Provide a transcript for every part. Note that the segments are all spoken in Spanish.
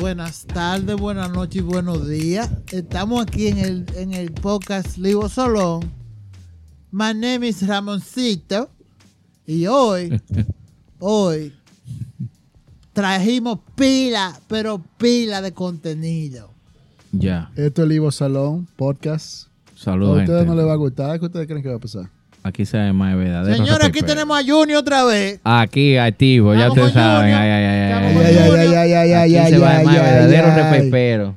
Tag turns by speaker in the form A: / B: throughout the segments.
A: buenas tardes, buenas noches y buenos días. Estamos aquí en el, en el podcast Livo Solón. My name is Ramoncito. Y hoy, hoy, trajimos pila, pero pila de contenido.
B: Ya.
C: Esto es Livo Salón, podcast. a
B: Saludos,
C: ustedes
B: gente.
C: no les va a gustar. ¿Qué ustedes creen que va a pasar?
B: Aquí se ve más verdadero.
A: Señores, aquí
B: respeto.
A: tenemos a Junior otra vez.
B: Aquí, activo, ya
A: Vamos
B: ustedes
A: con
B: saben.
A: Junior.
B: Ay, ay, ay,
A: Vamos
B: ay,
A: con
B: ay.
A: Junior.
B: Aquí se va más verdadero
C: ay.
B: repepero.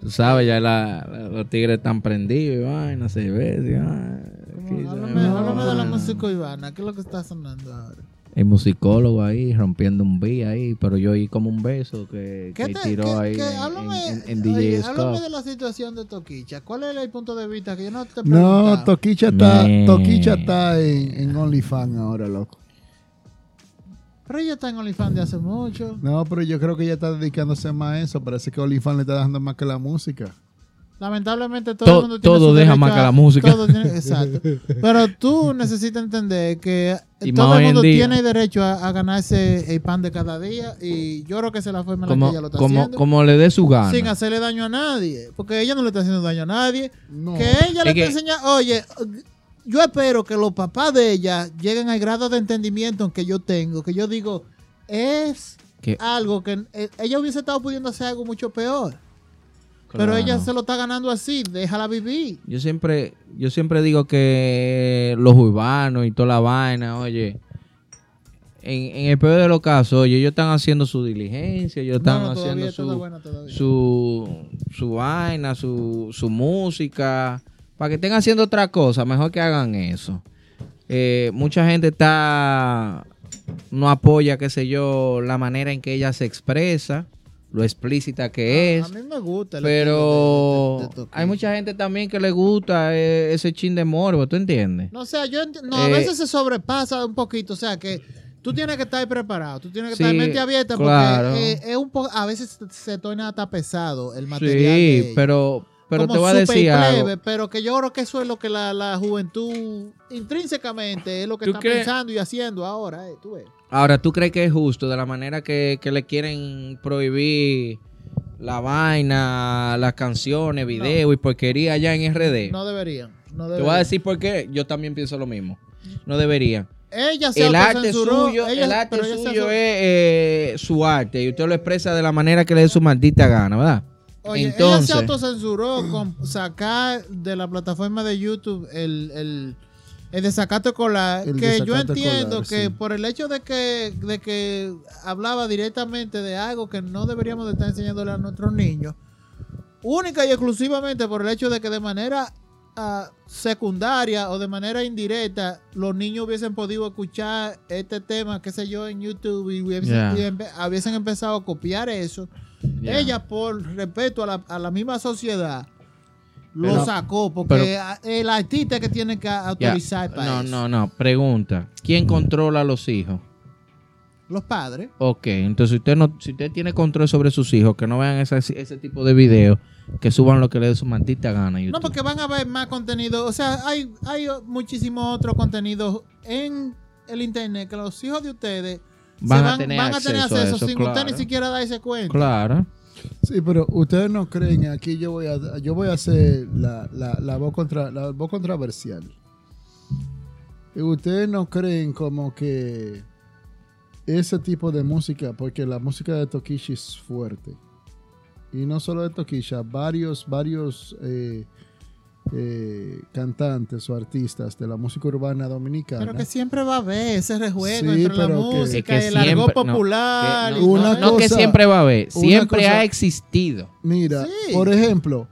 B: Tú sabes, ya la- la- los tigres están prendidos y vaina, cerveza. y vaina. Aquí se ve
A: Háblame,
B: más
A: háblame de la
B: vaina.
A: música Ivana. ¿Qué es lo que está sonando ahora?
B: El musicólogo ahí rompiendo un beat ahí, pero yo oí como un beso que,
A: ¿Qué
B: que
A: te-
B: tiró
A: qué-
B: ahí
A: qué-
B: en-
A: háblame,
B: en, en DJ
A: oye,
B: Scott.
A: háblame de la situación de Toquicha. ¿Cuál es el punto de vista? Que yo no te he
C: No,
A: preguntado.
C: Toquicha está,
B: Man.
C: Toquicha está en, en OnlyFans ahora, loco.
A: Pero ella está en OnlyFans de hace mucho.
C: No, pero yo creo que ella está dedicándose más a eso. Parece que OnlyFans le está dejando más que la música.
A: Lamentablemente todo
B: To-
A: el mundo tiene
B: todo
A: su
B: deja
A: derecho
B: más que
A: a-
B: la música.
A: todo tiene- exacto. Pero tú necesitas entender que
B: Y más
A: todo
B: hoy
A: el
B: en
A: mundo
B: día.
A: tiene derecho a, a ganarse el pan de cada día y yo creo que se la fue en la que
B: como,
A: ella lo está
B: como,
A: haciendo.
B: como le dé su gana.
A: sin hacerle daño a nadie, porque ella no le está haciendo daño a nadie.
C: No.
A: Que ella le
B: Es que-
A: está enseñando, oye, yo espero que los papás de ella lleguen al grado de entendimiento que yo tengo, que yo digo, es
B: Que-
A: algo que eh, ella hubiese estado pudiendo hacer algo mucho peor. Pero
B: Claro.
A: ella se lo está ganando así, déjala vivir.
B: Yo siempre, yo siempre digo que los urbanos y toda la vaina, oye, en, en el peor de los casos, oye, ellos están haciendo su diligencia, ellos están
A: No, no, todavía
B: haciendo
A: todo
B: su,
A: bueno, todavía.
B: su, su vaina, su, su música, para que estén haciendo otra cosa, mejor que hagan eso. Eh, mucha gente está, no apoya, qué sé yo, la manera en que ella se expresa, lo explícita que es.
A: A mí me gusta. el
B: Pero
A: estilo de- de- de- de Toquilla.
B: hay mucha gente también que le gusta eh, ese chin de morbo, ¿tú entiendes?
A: No, o sea, yo enti- no, a
B: Eh,
A: veces se sobrepasa un poquito, o sea, que tú tienes que estar preparado, tú tienes que estar
B: Sí,
A: mente abierta
B: claro.
A: porque eh, es un po- a veces se- se torna hasta pesado el material. de
B: Sí,
A: ella.
B: pero, pero
A: Como
B: te voy a
A: súper
B: decir
A: plebe,
B: algo.
A: Pero que yo creo que eso es lo que la, la juventud intrínsecamente es lo que
B: ¿Tú
A: está
B: crees?
A: pensando y haciendo ahora, eh, tú ves.
B: Ahora, ¿tú crees que es justo de la manera que, que le quieren prohibir la vaina, las canciones, videos y porquería allá en RD?
A: No deberían. No
B: te voy a
A: deberían.
B: decir por qué. Yo también pienso lo mismo. No debería.
A: Ella se
B: El arte
A: autocensuró,
B: suyo,
A: ella-
B: el arte
A: pero ella se
B: suyo
A: auto-
B: es eh, su arte y usted lo expresa de la manera que le dé su maldita gana, ¿verdad?
A: Oye,
B: Entonces-
A: ella se autocensuró con sacar de la plataforma de YouTube el, el, el desacato escolar,
C: El
A: que yo
C: desacato
A: entiendo
C: escolar,
A: que
C: sí.
A: por el hecho de que, de que hablaba directamente de algo que no deberíamos de estar enseñándole a nuestros niños, única y exclusivamente por el hecho de que de manera ah, secundaria o de manera indirecta los niños hubiesen podido escuchar este tema, qué sé yo, en YouTube y hubiesen,
B: Ya.
A: y empe- hubiesen empezado a copiar eso.
B: Ya.
A: Ella, por respeto a la, a la misma sociedad, lo
B: Pero-
A: sacó porque
B: pero-
A: a- el artista es que tiene que
B: Ya.
A: autorizar para
B: No,
A: eso.
B: no, no. Pregunta. ¿Quién controla a los hijos?
A: Los padres.
B: Ok, entonces usted no, si usted tiene control sobre sus hijos, que no vean esa- ese tipo de videos, que suban lo que le dé su maldita gana. a YouTube.
A: No, porque van a ver más contenido. O sea, hay, hay muchísimo otro contenido en el internet que los hijos de ustedes se
B: Van a tener acceso a eso,
A: sin usted
B: claro.
A: ni siquiera darse cuenta.
B: Claro.
C: Sí, pero ustedes no creen, aquí yo voy a, yo voy a hacer la, la, la voz contra, la voz controversial. Y ustedes no creen como que ese tipo de música, porque la música de Tokishi es fuerte. Y no solo de Tokishi, varios, varios eh, eh, cantantes o artistas de la música urbana dominicana.
A: Pero que siempre va a haber ese rejuego
C: Sí,
A: entre la
C: pero que-
A: música
B: Es que
A: y el argot
B: siempre- no,
A: popular.
B: que
A: y
C: una
A: todo
B: No
A: eso.
B: que
C: cosa-
B: siempre va a haber,
C: una
B: siempre
C: cosa-
B: ha existido.
C: Mira,
A: Sí.
C: por ejemplo,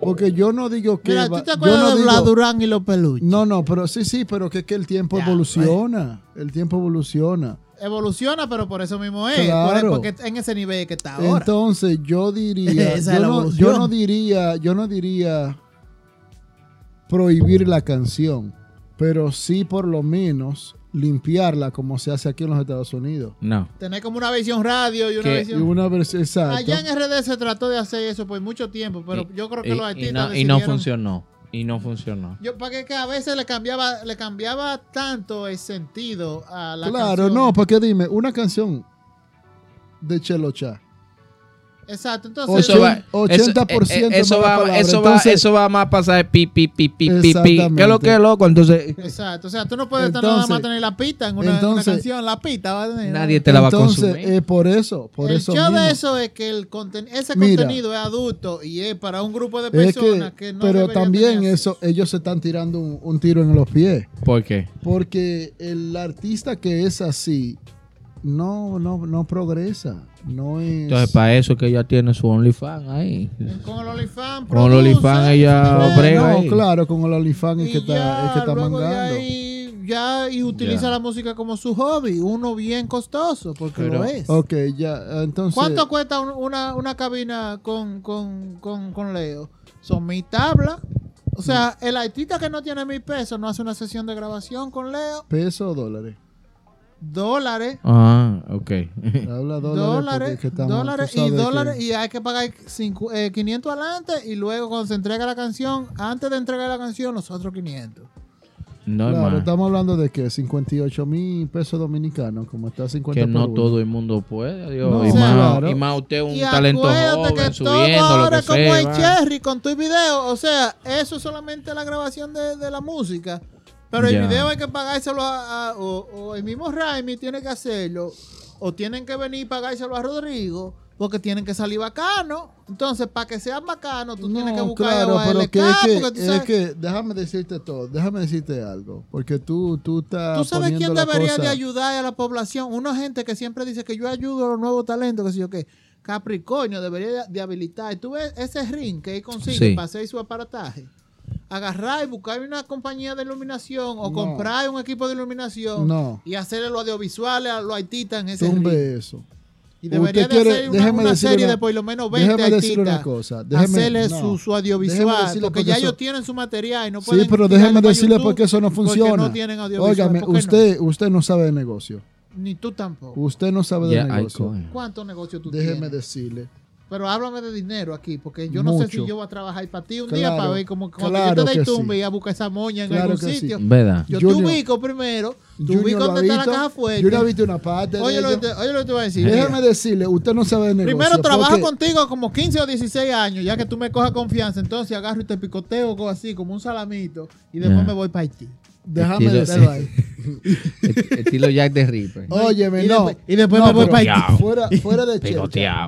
C: porque yo no digo que...
A: Mira,
C: va-
A: ¿tú te
C: yo
A: acuerdas
C: no
A: de
C: digo-
A: Blas Durán y los peluches?
C: No, no, pero sí, sí, pero que es que el tiempo
A: Ya,
C: evoluciona. El tiempo evoluciona.
A: evoluciona, pero por eso mismo es.
C: Claro.
A: Por- porque en ese nivel que está ahora.
C: Entonces, yo diría.
A: Esa es
C: yo,
A: la
C: no,
A: evolución.
C: yo no diría. Yo no diría prohibir la canción. Pero sí, por lo menos, limpiarla como se hace aquí en los Estados Unidos.
B: No.
A: Tener como una visión radio y una
B: Que-
C: Y
A: visión.
C: una versión. Exacto.
A: Allá en RD se trató de hacer eso por mucho tiempo, pero
B: Y-
A: yo creo que
B: y-
A: los artistas.
B: y no, y no
A: decidieron-
B: funcionó. Y no funcionó.
A: Yo, para que, que a veces le cambiaba, le cambiaba tanto el sentido a la
C: Claro,
A: canción.
C: no, porque dime, una canción de Chelo Chá.
A: Exacto, entonces.
B: Eso va, eso,
C: 80%
B: eh, eso
C: mala
B: va,
C: palabra.
B: eso, va,
C: Entonces-
B: eso va más a pasar pi, pi, pi, pi, pi, pi. ¿Qué es lo que
C: Exactamente.
B: es loco? Entonces,
A: Exacto, o sea, tú no puedes estar nada
C: Entonces-
A: más tener la pita en una, en una
C: entonces-
A: canción, la pita va a tener.
B: nadie te la va a
C: Entonces,
B: consumir.
C: eh, por eso, por
A: el
C: eso
A: show
C: mismo.
A: de eso es que el conten- ese
C: Mira.
A: contenido es adulto y es para un grupo de
C: Es
A: personas
C: que-
A: que, no
C: pero
A: debería
C: también
A: tener
C: eso, ellos se están tirando un, un tiro en los pies.
B: ¿Por qué?
C: Porque el artista que es así no, no, no progresa. No es.
B: Entonces, para eso que ella tiene su OnlyFans ahí.
A: acceso. Con el OnlyFans.
B: Con el OnlyFans
A: produce, eh,
B: ella
C: Ah, no,
B: brega ahí.
C: claro, con el OnlyFans es
A: y
C: que está, es que
A: ya,
C: está
A: luego de
C: mangando.
A: ahí, ya, y utiliza
B: Ya.
A: la música como su hobby, uno bien costoso, porque
B: Pero-
A: lo es.
C: Ok, ya, entonces.
A: ¿Cuánto cuesta un- una, una cabina con, con, con, con Leo? Son mil tablas. O sea,
C: Mm.
A: el artista que no tiene mil pesos no hace una sesión de grabación con Leo.
C: pesos o dólares?
A: Dólares.
B: Ah, ok.
C: Habla dólares. porque
A: Dólares,
C: es que estamos- tú
A: dólares y
C: sabes que-
A: dólares. Y hay que pagar cincu- eh, 500 adelante y luego cuando se entrega la canción, antes de entregar la canción, los otros 500.
B: No es
C: claro,
B: más.
C: estamos hablando de que 58 mil pesos dominicanos, como está 50
B: Que no
C: por uno.
B: todo el mundo puede. Dios.
C: No,
B: y, más,
C: claro.
B: y más usted un
A: y
B: talento
A: acuérdate
B: joven
A: que todo
B: subiendo, lo
A: ahora
B: que
A: es como
B: sea.
A: el
B: va.
A: Cherry con tu video. O sea, eso es solamente la grabación de, de la música. Pero
B: Ya.
A: el video hay que pagárselo a, a- o, o el mismo Raimi tiene que hacerlo. O tienen que venir y pagárselo a Rodrigo. Porque tienen que salir bacano. Entonces, para que sean bacano, tú tienes que buscar
C: claro,
A: a
C: pero
A: LK,
C: que es que,
A: porque tú
C: es
A: sabes,
C: que déjame decirte todo, déjame decirte algo, porque tú, tú estás
A: tú sabes quién
C: poniendo la
A: debería de
C: cosa-
A: ayudar a la población. Una gente que siempre dice que yo ayudo a los nuevos talentos, que sé yo qué. Capricornio debería de, de habilitar. Tú ves ese ring que ahí consigue
B: Sí.
A: para hacer su aparataje. Agarrar y buscar una compañía de iluminación o
C: No.
A: comprar un equipo de iluminación
C: No.
A: y hacerle los audiovisuales a los artistas en ese ring.
C: Tumbe eso.
A: Y debería
C: Usted quiere-
A: de hacer una,
C: déjeme
A: una
C: decirle
A: serie
C: una-
A: de por lo menos 20
C: déjeme decirle
A: artistas.
C: una cosa, déjeme-
A: hacerle
C: no,
A: su, su
C: déjeme
A: audiovisual. Porque
C: decirle porque
A: ya
C: eso-
A: ellos tienen su material y no pueden.
C: Sí, pero
A: tirarlo
C: déjame
A: para
C: decirle
A: YouTube
C: por qué eso no
A: porque
C: funciona.
A: no tienen audiovisual.
C: Óigame,
A: ¿Por qué no?
C: usted, usted no sabe de negocio.
A: Ni tú tampoco.
C: Usted no sabe
B: Ya,
C: de
B: ay,
C: negocio.
B: coño.
A: ¿Cuánto negocio tú
C: Déjeme
A: tienes?
C: decirle.
A: Pero háblame de dinero aquí, porque yo no sé
C: Mucho.
A: si yo voy a trabajar para ti un
C: Claro,
A: día para ver cómo cuando
C: claro
A: yo te
C: que
A: doy tumbe
C: sí.
A: y a buscar esa moña en
C: Claro
A: algún
C: que sí. Mm,
A: sitio.
B: ¿Verdad?
A: Yo te
C: Junior-
A: ubico primero, te
C: Junior
A: ubico
C: lo ha
A: donde está la
C: visto,
A: caja fuerte.
C: Junior ha visto una parte.
A: Oye
C: de
A: lo,
C: ello.
A: que te- oye lo que te voy a decir.
C: déjame decirle, usted no sabe de negocio.
A: Primero trabajo
C: porque-
A: contigo como 15 o 16 años, ya que tú me cojas confianza, entonces agarro y te picoteo co- así como un salamito y después
B: Ya.
A: me voy para Haití.
C: Déjame
B: Sí, lo
C: decirle.
B: sé. Est- Estilo Jack the Ripper.
C: Óyeme,
A: Y
C: no.
A: después- y después me voy
C: pero
A: pa'
B: Haití.
C: Fuera, fuera de Churchill.
B: Picoteado.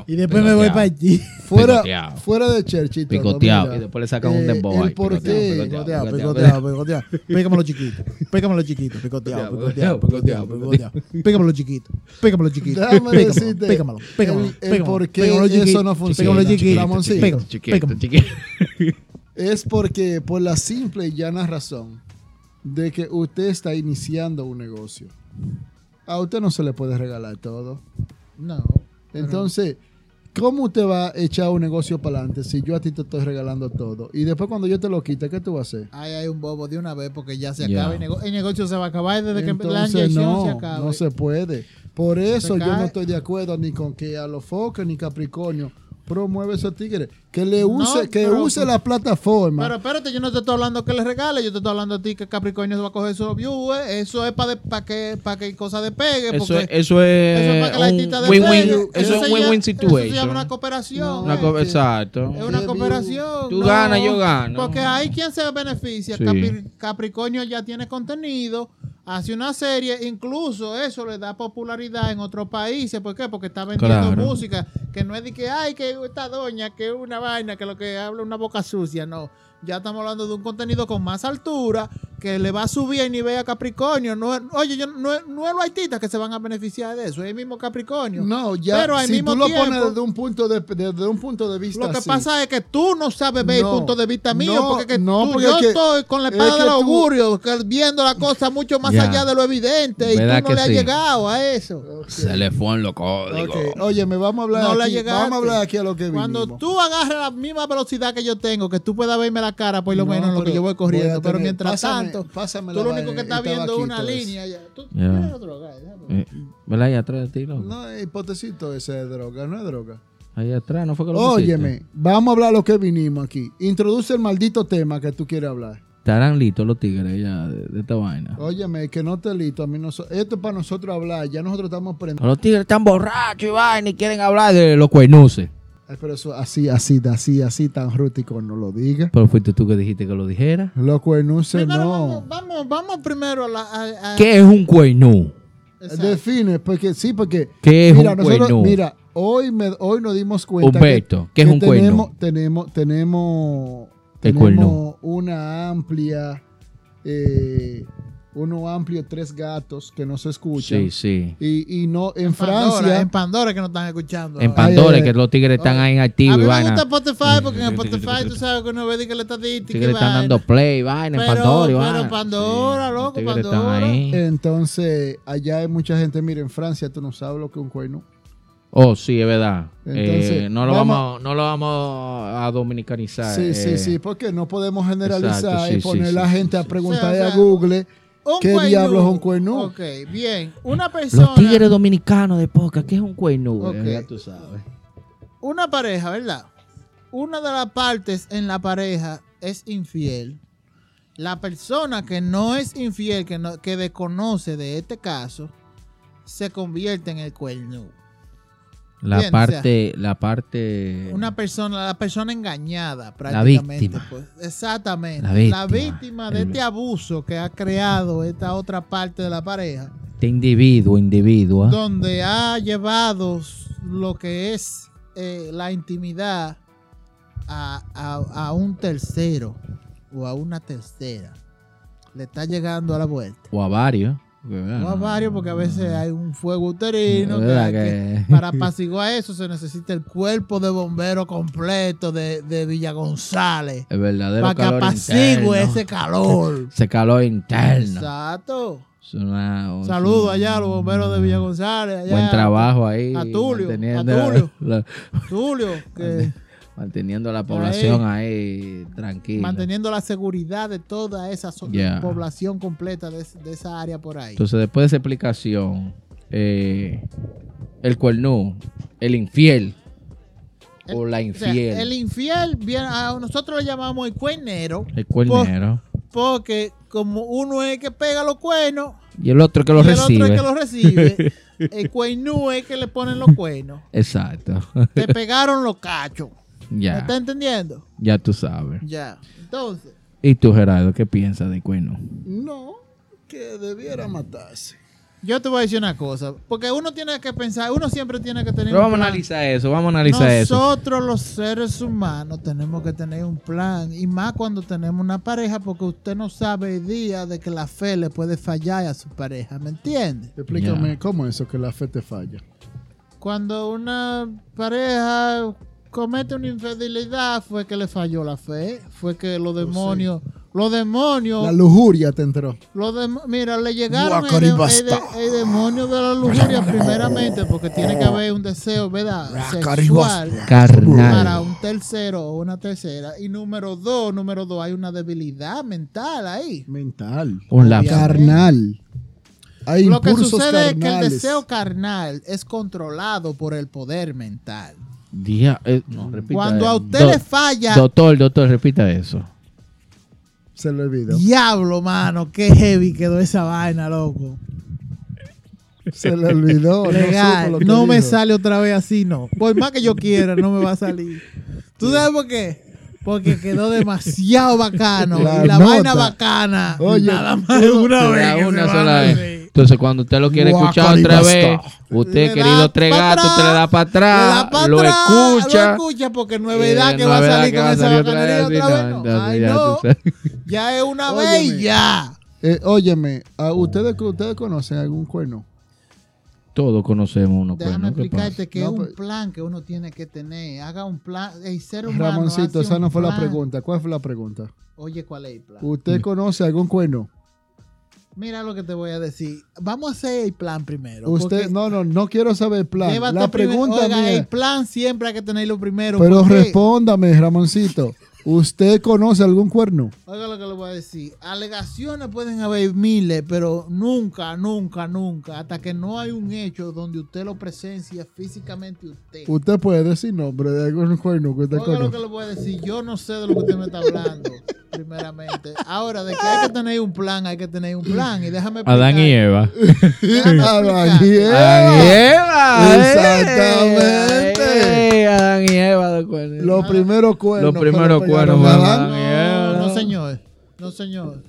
A: Haití.
C: Fuera,
B: Picoteado.
C: fuera de Churchill. todo,
B: Picoteado.
C: mira. Eh,
B: Y después le sacan
A: Eh,
B: un dembow ahí,
C: El por
B: picoteado,
C: qué.
B: picoteado,
C: Picoteado,
B: picoteado,
C: picoteado, picoteado.
A: Pégamelo chiquito. Pégamelo chiquito. Picoteado,
B: Picoteado,
A: picoteado, picoteado, picoteado. Pégamelo chiquito. Pégamelo chiquito.
C: Déjame decirte
A: Pégamelo, pégamelo.
C: el- el por qué eso no funciona.
A: Pégamelo chiquito.
C: Ramoncito.
A: Pégamelo,
B: Chiquito,
A: pégamelo.
B: chiquito.
C: Es porque, por la simple y llana razón de que usted está iniciando un negocio. A usted no se le puede regalar todo.
A: No.
C: Entonces, ¿cómo usted va a echar un negocio para adelante si yo a ti te estoy regalando todo? Y después cuando yo te lo quite, ¿qué tú vas a hacer?
A: Ahí hay un bobo de una vez porque ya se
B: Ya.
A: acaba. El, nego- el negocio se va a acabar desde que la
C: Entonces,
A: inyección se
C: no,
A: acabe.
C: no se puede. Por eso yo no
A: cae.
C: estoy de acuerdo ni con que a los focos ni Capricornio promueve esos tigres. Que le
A: No,
C: use, que
A: pero-
C: use la plataforma.
A: Pero espérate, yo no te estoy hablando que le regale, yo te estoy hablando a ti que Capricornio va a coger esos viewers. Eso es para que, pa que cosa despegue.
B: Eso
A: porque
B: es, eso
A: eso es para
B: es
A: que la artista
B: un win-win.
A: despegue.
B: Eso es
A: se
B: un win-win
A: llama- Eso se
B: situation.
A: llama una cooperación.
B: Una
A: eh.
B: co- exacto.
A: Es una
C: Qué
A: cooperación.
B: Tú ganas, yo gano.
A: Porque hay quien se beneficia.
B: Sí.
A: Capri- Capricornio ya tiene contenido, hace una serie, incluso eso le da popularidad en otros países. ¿Por qué? Porque está vendiendo
B: Claro.
A: música que no es de que, ay, que esta doña, que una vaina, que lo que habla es una boca sucia, no. Ya estamos hablando de un contenido con más altura que le va a subir el nivel a Capricornio. No, es- oye, yo, no, es- no es los artistas que se van a beneficiar de eso, es el mismo Capricornio.
C: no, ya,
A: Pero al
C: si
A: mismo
C: tú lo
A: tiempo-
C: pones desde un punto de, desde un punto de vista
A: Lo que
C: así,
A: pasa es que tú no sabes ver
C: No,
A: el punto de vista mío,
C: no,
A: porque, que
C: no,
A: tú-
C: porque
A: yo
C: es que-
A: estoy con la
C: es
A: espada
C: que
A: del
C: tú-
A: augurio, que viendo la cosa mucho más
B: Ya.
A: allá de lo evidente, y tú
B: ¿Verdad
A: no
B: que
A: le has
B: sí?
A: llegado a eso.
B: Se le fue en los
C: Ok,
B: códigos.
C: Oye, me vamos a hablar
A: No le
C: aquí,
A: llegaste.
C: vamos a hablar aquí a lo que
A: Cuando
C: vinimos.
A: tú agarras la misma velocidad que yo tengo, que tú puedas verme la cara, por lo
C: No,
A: menos, en lo que
C: pero
A: yo voy corriendo,
C: voy a
A: pero
C: tener-
A: mientras
C: pásame-
A: tanto,
C: pásame
A: tú
C: la
A: lo único que
C: vaina,
A: estás
C: el
A: viendo es una
C: tabaquito ese.
A: línea. Ya. Tú
B: Ya.
A: tienes otra droga, déjame.
B: Eh, ¿Verdad? Ahí atrás de ti, loco.
C: No, el potecito ese de droga, no es droga.
B: Ahí atrás, no fue que lo
C: Óyeme, vamos a hablar lo que vinimos aquí. Introduce el maldito tema que tú quieres hablar.
B: Estarán listos los tigres ya de, de esta vaina.
C: Óyeme, que no te listo, a mí no so- esto es para nosotros hablar, ya nosotros estamos aprendiendo.
B: Los tigres están borrachos y vaina y quieren hablar de los cuernuces.
C: Ay, pero eso así, así, así, así, tan rústico, no lo diga.
B: Pero fuiste tú que dijiste que lo dijera.
C: Los cuernuces
A: Primero
C: no.
A: vamos, vamos, vamos primero a la. a- a-
B: ¿Qué es un cuernú?
A: exacto.
C: Define, porque sí, porque.
B: ¿Qué es
C: mira,
B: un
C: nosotros,
B: cuerno?
C: mira, hoy, me, hoy nos dimos cuenta.
B: Humberto, ¿qué es un cuerno?
C: tenemos, tenemos, tenemos,
B: El
C: tenemos
B: cuerno.
C: una amplia. eh, uno amplio, tres gatos que no se escuchan.
B: Sí, sí.
C: Y, y no, en
A: Pandora,
C: Francia.
A: en Pandora que nos están escuchando.
B: En
A: ahora.
B: Pandora,
C: ay, ay.
B: que los tigres están ahí en activo
A: a mí
B: y
A: me
B: vaina.
A: gusta Spotify porque en
B: Tigre, tigre,
A: Spotify
B: tigre,
A: tú sabes que uno ve de que la estadística.
B: tigres
A: y
B: están
A: vaina.
B: dando play, vaina,
A: Pero-
B: en Pandora y
A: pero
B: vaina.
A: Pandora,
B: Sí, los
A: loco,
B: tigres están
A: Pandora.
B: ahí.
C: Eh. Entonces, allá hay mucha gente. Mira, en Francia tú no sabes lo que es un cuerno.
B: Oh, sí, es verdad.
C: Entonces,
B: Eh, no, lo
C: vamos-
B: vamos, no lo vamos a dominicanizar.
C: Sí, sí,
B: eh.
C: sí, porque no podemos generalizar
B: Exacto, sí,
C: y
B: sí,
C: poner a
B: sí,
C: la
B: sí,
C: gente
B: sí,
C: a
B: sí.
C: preguntar
A: O sea, o
C: a
A: sea,
C: Google.
A: Un
C: ¿Qué
A: cuernú.
C: diablos es un cuernú?
A: Ok, bien. Una
B: Los tigres
A: persona,
B: dominicanos de poca, ¿qué es un cuernú?
A: Ok.
B: Ya tú sabes.
A: una pareja, ¿verdad? Una de las partes en la pareja es infiel. La persona que no es infiel, que, no, que desconoce de este caso, se convierte en el cuerno.
B: La
A: Bien, o
B: parte, la parte.
A: Una persona, la persona engañada prácticamente.
B: víctima.
A: pues. Exactamente.
B: La
A: La
B: víctima.
A: víctima, de
B: El-
A: este abuso que ha creado esta otra parte de la pareja,
B: de individuo, individua.
A: donde ha llevado lo que es eh, la intimidad a, a- a un tercero o a una tercera. Le está llegando a la vuelta.
B: O a varios.
A: O a varios, porque a veces hay un fuego uterino.
B: Es
A: que
B: verdad
A: hay que-
B: que-
A: para apaciguar eso se necesita el cuerpo de bombero completo de, de Villa González.
B: El verdadero
A: Para que
B: calor interno.
A: apacigue ese calor.
B: Ese calor interno.
A: Exacto.
B: Es una- es
A: Saludos
B: un-
A: allá a los bomberos de Villa González. allá.
B: Oh, Buen trabajo ahí.
A: a Tulio,
B: manteniendo,
A: a Tulio.
B: la-
A: Tulio, que
B: manteniendo la
A: Por
B: población ahí, tranquila.
A: manteniendo la seguridad de toda esa so-
B: Yeah.
A: población completa de, es- de esa área por ahí.
B: Entonces, después de esa explicación, eh, el cuernú, el infiel
A: El-
B: o la
A: O sea,
B: infiel,
A: el
B: el,
A: infiel, bien, a nosotros le llamamos el cuernero,
B: cuernero,
A: porque como uno es el que pega los cuernos,
B: y el otro que lo
A: y el
B: recibe.
A: otro es que los recibe, el cuernú es que le ponen los cuernos.
B: Exacto.
A: Te pegaron los cachos. ¿Me
B: ya,
A: está entendiendo?
B: ya tú sabes.
A: Ya. Entonces,
B: ¿Y tú, Gerardo, qué piensas de cuerno?
C: No, que debiera matarse.
A: yo te voy a decir una cosa, porque uno tiene que pensar, uno siempre tiene que tener
B: Pero vamos a
A: plan.
B: analizar eso, vamos a analizar eso.
A: Nosotros los seres humanos tenemos que tener un plan y más cuando tenemos una pareja porque usted no sabe el día de que la fe le puede fallar a su pareja, ¿me entiende?
C: Explícame
B: Ya.
C: cómo es eso que la fe te falla.
A: Cuando una pareja comete una infidelidad fue que le falló la fe, fue que los demonios, los demonios
C: La lujuria te entró.
A: Los dem- mira, le llegaron el,
C: Guacaribasta.
A: el de- el demonio de la lujuria primeramente porque tiene
C: Oh.
A: que haber un deseo, ¿verdad?
C: Ah,
A: Sexual para
B: Carnal.
A: un tercero o una tercera. Y número dos, número dos, hay una debilidad mental ahí.
C: Mental.
B: Un lapso.
C: Carnal. Hay
A: Lo que
C: impulsos
A: sucede es que el
C: carnales.
A: deseo carnal es controlado por el poder mental.
B: Dia- eh, no, repita
A: Cuando a
B: eso.
A: usted
B: Do-
A: le falla,
B: Doctor, doctor, repita eso.
C: se le olvidó.
A: diablo, mano, qué heavy quedó esa vaina, loco.
C: Se le olvidó. no supo
A: Legal.
C: lo
A: No,
C: que
A: me
C: dijo.
A: sale otra vez así, no. Por más que yo quiera, no me va a salir. ¿Tú sabes por qué? Porque quedó demasiado bacano.
C: La
A: y la
C: nota.
A: vaina bacana.
C: Oye,
A: nada más de una
B: Se
A: vez.
B: da
A: que
B: una
A: se va
B: sola
A: a
B: vez.
A: hacer.
B: Entonces, cuando usted lo quiere escuchar otra vez,
C: Guacaribasta.
B: usted,
A: Le
B: querido
A: da
B: tres
A: pa'
B: gatos,
A: atrás,
B: usted le da para
A: Le
B: atrás,
A: da pa'
B: lo
A: atrás,
B: escucha.
A: Lo escucha porque no es
B: eh,
A: verdad que
B: no
A: va a
B: es verdad
A: salir
B: que
A: con
B: va a
A: esa
B: salir otra
A: bacanería
B: vez,
A: otra
B: no,
A: vez. No,
B: entonces
A: Ay,
B: ya tú
A: no.
B: sabes.
A: Ya es una vez
C: Óyeme.
A: y ya.
C: Eh, óyeme, ¿a ustedes, ¿ustedes conocen algún cuerno?
B: Todos conocemos uno. pues,
A: Déjame
B: ¿no? ¿Qué pasa?
A: explicarte que
C: No,
A: es
C: pues-
A: un plan que uno tiene que tener. Haga un plan. El ser humano
C: Ramoncito,
A: hace
C: esa
A: un
C: no fue la
A: plan.
C: pregunta. ¿Cuál fue la pregunta?
A: Oye, ¿cuál es el plan?
C: ¿Usted conoce algún cuerno?
A: Mira lo que te voy a decir. Vamos a hacer el plan primero.
C: Usted,
A: porque
C: no, no, no quiero saber el plan.
A: llévate
C: La
A: primero-
C: pregunta
A: Oiga,
C: mía.
A: el plan siempre hay que tenerlo primero.
C: Pero
A: porque-
C: respóndame, Ramoncito. ¿Usted conoce algún cuerno?
A: Oiga lo que le voy a decir. Alegaciones pueden haber miles, pero nunca, nunca, nunca, hasta que no hay un hecho donde usted lo presencia físicamente usted.
C: Usted puede decir nombre de algún cuerno que usted
A: Oiga lo que
C: conoce.
A: le voy a decir. Yo no sé de lo que usted me está hablando. primeramente. Ahora, de que hay que tener un plan, hay que tener un plan. Y déjame
D: Adán y Eva.
A: déjame
C: Adán y
A: explicar.
C: Eva.
B: Adán y Eva. ey,
C: Exactamente.
B: ey, Adán y Eva. de cuerno.
A: Ah.
C: Los primeros cuernos.
B: Los primeros
C: que le pegaron
B: cuernos,
C: a
B: ¿verdad?
C: Adán.
A: No, no, señor. No, señor.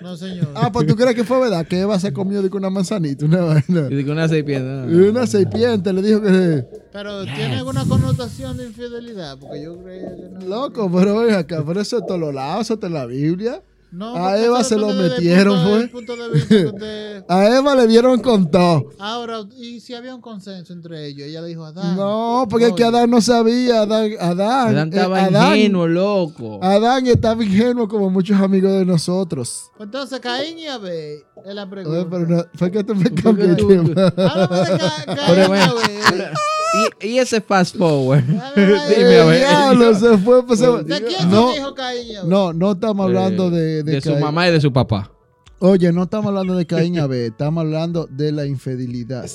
A: No, señor.
C: Ah, pues tú crees que fue verdad que Eva se comió de que una manzanita, una vaina.
B: Y de que una serpiente. no,
C: Y
B: no.
C: una serpiente le dijo que.
A: Pero tiene alguna connotación de infidelidad, porque yo creía que no.
C: Loco, pero ven acá, pero eso es todos los lados, eso está en la Biblia.
A: No,
C: A
A: porque
C: Eva
A: eso
C: se lo
A: depende del
C: metieron,
A: punto-
C: fue.
A: del punto de vista de-
C: A Eva le dieron con todo.
A: Ahora, ¿y si había un consenso entre ellos? Ella le dijo "Ah, a Adán.
C: No, porque es que
A: oye,
C: Adán no sabía. Adán, Adán,
B: Adán
C: eh,
B: estaba
C: Adán-
B: ingenuo, loco.
A: Ah.
C: Adán estaba ingenuo como muchos amigos de nosotros.
A: Pues Entonces, Caín y Abel es la
C: A ver,
A: pregunta.
C: pero no- fue que tú me
B: que
C: cambiaste.
B: tú-
C: man.
A: Háblame de Ca-
B: Pero,
A: Caín y
B: bueno,
A: Abel.
B: y, y ese fast forward.
A: Háblame de-
B: Dime, a ver.
C: Diablo, se fue. pues, se-
A: ¿De quién
C: no,
A: se dijo Caín y Abel?
C: no, no estamos hablando
B: Eh,
C: de, de
B: de su
C: Caín.
B: mamá y de su papá.
C: Oye, no estamos hablando de Caín y Abel, estamos hablando de la infidelidad.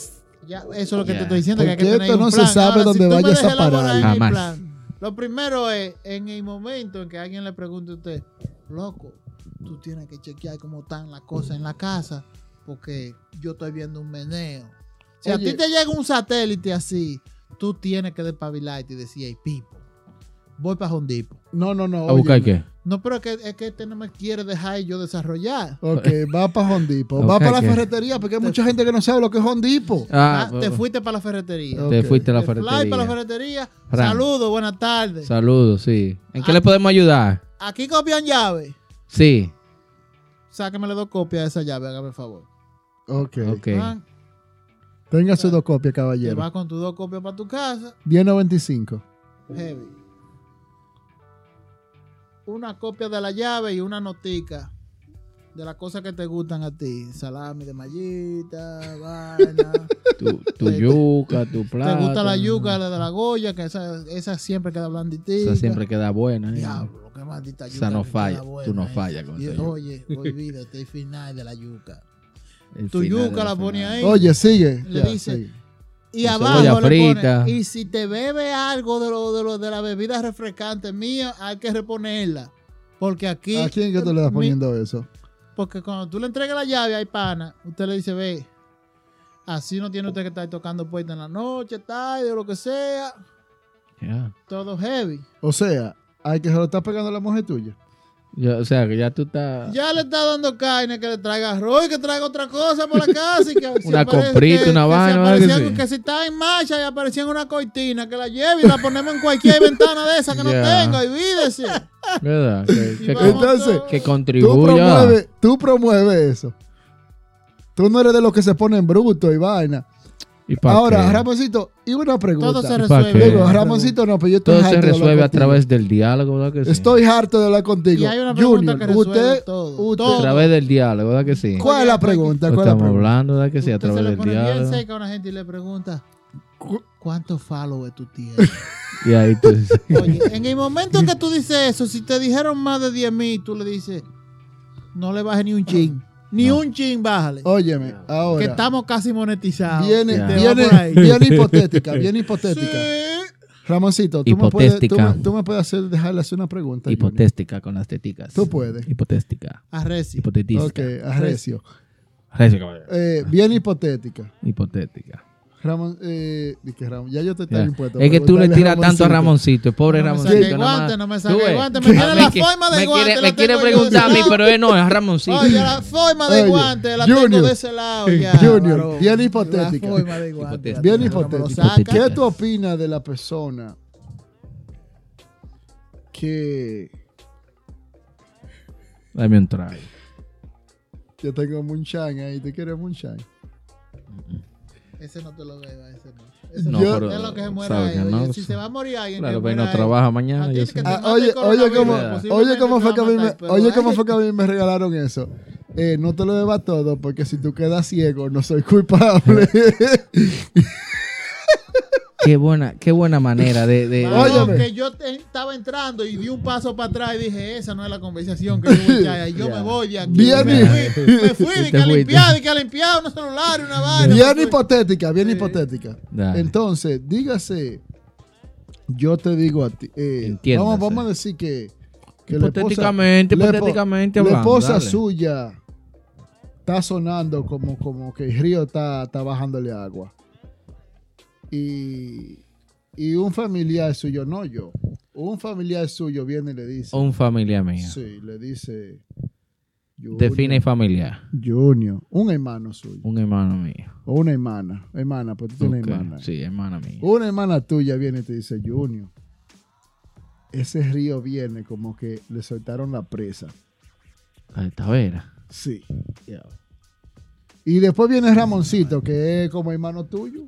A: Ya, eso es lo que
B: Ya.
A: te estoy diciendo. Que hay que
C: Porque
A: tener
C: esto
A: un
C: no se
A: plan.
C: sabe
A: Ahora,
C: dónde
A: si tú me
C: vayas a
A: dejas elaborar
C: parar.
A: mi
B: Jamás.
A: plan, lo primero es, en el momento en que alguien le pregunte a usted, loco, tú tienes que chequear cómo están las cosas en la casa, porque yo estoy viendo un meneo. Si
C: Oye.
A: a ti te llega un satélite así, tú tienes que despabilarte y decir, hey, Pipo, voy para Hondipo.
C: No, no, no.
D: ¿A buscar
C: oye,
D: qué?
A: No, pero es que, es que este no me quiere dejar yo desarrollar.
C: Ok, va para Hondipo. Va
B: Ok,
C: para la
B: ok.
C: ferretería, porque hay mucha gente que no sabe lo que es Hondipo.
B: Ah,
A: Ah, te fuiste para la ferretería.
C: Ok.
B: Te fuiste a la
A: Te fly para la
B: ferretería.
A: ferretería.
B: Ram.
A: Saludos, buenas tardes.
B: Saludos, sí. ¿En qué
A: Ah.
B: le podemos ayudar?
A: Aquí copian llave.
B: Sí.
A: Sáqueme dos copias de esa llave, hágame el favor.
C: Ok.
B: Ok.
A: Van,
C: Tenga sus dos copias,
A: Te
C: caballero.
A: vas con tus dos copias para tu casa.
C: 10.95.
A: Heavy. Una copia de la llave y una notica de las cosas que te gustan a ti. Salami de mallita, vaina.
B: Tu, tu yuca, tu
A: te
B: plátano.
A: gusta la yuca, la de la Goya, que esa, esa siempre queda blandita.
B: Esa siempre queda buena. ¿eh?
A: Diablo, qué maldita yuca.
B: Esa no
A: que queda
B: falla,
A: buena,
B: tú no
A: eh.
B: fallas con
A: Y-
B: esa yuca.
A: Oye, olvídate, el final de la yuca.
B: El
A: Tu
B: final de
A: yuca la pone
B: final.
A: ahí.
C: Oye, sigue.
A: Le
C: Ya,
A: dice,
C: sigue.
A: Y
B: Con
A: abajo
B: cebolla
A: le pone,
B: frita.
A: y si te bebe algo de lo, de lo- de la bebida refrescante mía, hay que reponerla. Porque aquí.
C: ¿A quién que tú le estás
A: mi-
C: poniendo eso?
A: porque cuando tú le entregas la llave hay pana, usted le dice, ve, así no tiene usted que estar tocando puerta en la noche, tarde, o lo que sea.
B: Oh, Ya.
A: Todo heavy.
C: O sea, hay que se lo está pegando a la mujer tuya.
B: Ya, o sea, que ya tú estás.
A: Ya le está dando carne que le traiga arroz y que traiga otra cosa por la casa. Y que si
B: Una
A: aparece
B: comprita, una vaina,
A: Si
B: ¿verdad que
A: aparecía algo,
B: sí?
A: que si está en marcha y aparecía en una cortina, que la lleve y la ponemos en cualquier ventana de esa que no
B: Ya.
A: tenga, olvídese.
B: ¿Verdad? Que,
A: Y
B: que-
A: vamos
C: Entonces,
A: todos.
B: que
C: Tú
B: contribuya.
C: promueves, tú promueves eso. Tú no eres de los que se ponen brutos y vaina.
B: ¿Y pa'
C: Ahora,
B: qué?
C: Ramoncito, y una pregunta.
A: Todo se
B: ¿Para qué?
A: resuelve.
C: Digo, Ramoncito no, pero yo estoy
B: Todo
C: harto
B: se
C: de hablar
B: resuelve a
C: contigo.
B: través del diálogo, ¿verdad que sí?
C: Estoy harto de hablar contigo.
A: Y hay una pregunta
C: Junior,
A: que resuelve
C: usted,
A: todo.
C: usted-
B: A
A: Todo.
B: través del diálogo, ¿verdad que sí?
C: ¿cuál es la pregunta?
B: Lo
C: ¿Cuál es la
B: estamos
C: pregunta?
B: hablando, ¿verdad que sí? A
A: Usted
B: través
A: se le
B: del
A: pone bien
B: diálogo.
A: seca a una gente y le pregunta,
C: Cu-
A: ¿cuántos followers tú tienes?
B: Y ahí tú dices,
A: Oye, en el momento que tú dices eso, si te dijeron más de 10 mil, tú le dices, no le bajes ni un chin. Ni un chin, bájale.
C: Óyeme,
A: que
C: ahora.
A: estamos casi monetizados.
C: Viene,
B: Ya.
A: Te va por ahí.
C: viene, viene hipotética, viene hipotética.
A: Sí.
C: Ramoncito, tú me, puedes, tú,
B: Hipotética.
C: me, tú me puedes hacer, dejarle hacer una pregunta. Junior.
B: hipotéstica con las teticas.
C: Tú puedes.
B: Hipotéstica.
A: Arreci.
C: Ok,
B: Hipotetista.
C: arrecio.
B: Recio, caballero.
C: Eh, bien hipotética.
B: Hipotética.
C: Ramón, eh, dije Ramón, ya yo te
B: Ya.
C: estoy impuesto.
B: Es que tú le
C: Preguntarle
B: tiras tanto a Ramoncito, el pobre
A: No me saque
B: Ramoncito.
A: el
B: nada más.
A: guante, no me
B: Tú
A: saque el
B: ves,
A: guante, me tiene
B: ah,
A: la
B: que-
A: forma de
B: me
A: guante,
B: quiere-
A: la
B: Me quiere
A: tengo yo de
B: preguntar a mí,
A: lado.
B: pero él no, es Ramoncito.
A: Oye, la forma de
C: Oye,
A: guante la tengo
C: Junior.
A: de ese lado ya.
C: Eh, Junior,
A: varón.
C: bien hipotética.
A: La forma de guante. la
B: Hipotética.
C: Bien
A: tengo, no me lo
C: hipotética.
A: saca.
C: ¿Qué tú opinas de la persona que
B: Dame un trago.
C: yo tengo Munchan ahí? ¿Tú quieres Munchan?
A: Ese no te lo veo, ese no. Ese
B: No,
A: no.
B: pero
A: es lo que se muera
B: sabe que
A: ahí. Oye,
B: no,
A: si
B: sí.
A: se va a morir alguien,
B: Claro,
A: que
B: pues
A: muera
B: no
A: ahí.
B: trabaja
A: A
B: mañana.
A: ti
B: yo
A: que
B: sé.
A: te
C: Ah,
A: mate
C: oye,
A: el
C: oye,
A: coronavirus,
C: cómo-
A: posiblemente
C: Oye, ¿cómo
A: te pues
C: fue
A: va
C: que a
A: a
C: mí me,
A: matar, pero
C: oye,
A: hay
C: ¿cómo fue que a mí me regalaron eso? Eh, no te lo debas todo porque si tú quedas ciego no soy culpable.
B: Qué buena, qué buena manera de. de-
A: Mano,
C: Óyeme.
A: que yo te- estaba entrando y di un paso para atrás y dije, esa no es la conversación que yo voy a echar, y yo me voy de aquí.
C: Bien
A: me
C: hi-
A: fui, me fui,
B: Y
A: di
B: te
A: que a
B: fuiste.
A: limpiar, di que a limpiar unos celulares, una vaina.
C: bien
A: me fui.
C: hipotética, bien hipotética.
B: Dale.
C: Entonces, dígase, yo te digo a ti, eh,
B: Entiéndase.
C: vamos, vamos a decir que que la esposa-
B: Hipotéticamente,
C: la espo-
B: hipotéticamente
C: La
B: hablando,
C: esposa
B: dale.
C: suya está sonando como, como que el río está, está bajándole agua. Y, y un familiar suyo, no yo, un familiar suyo viene y le dice,
B: Un familiar mío.
C: sí, le dice, Junior,
B: Define familiar.
C: Junior, un hermano suyo,
B: Un hermano mío.
C: o una hermana, hermana, pues tú tienes
B: Ok,
C: hermana. Uh.
B: Sí, hermana mía.
C: Una hermana tuya viene y te dice, Junior, ese río viene como que le soltaron la presa.
B: La de Tavera.
C: Sí. Y después viene Ramoncito, que es como hermano tuyo.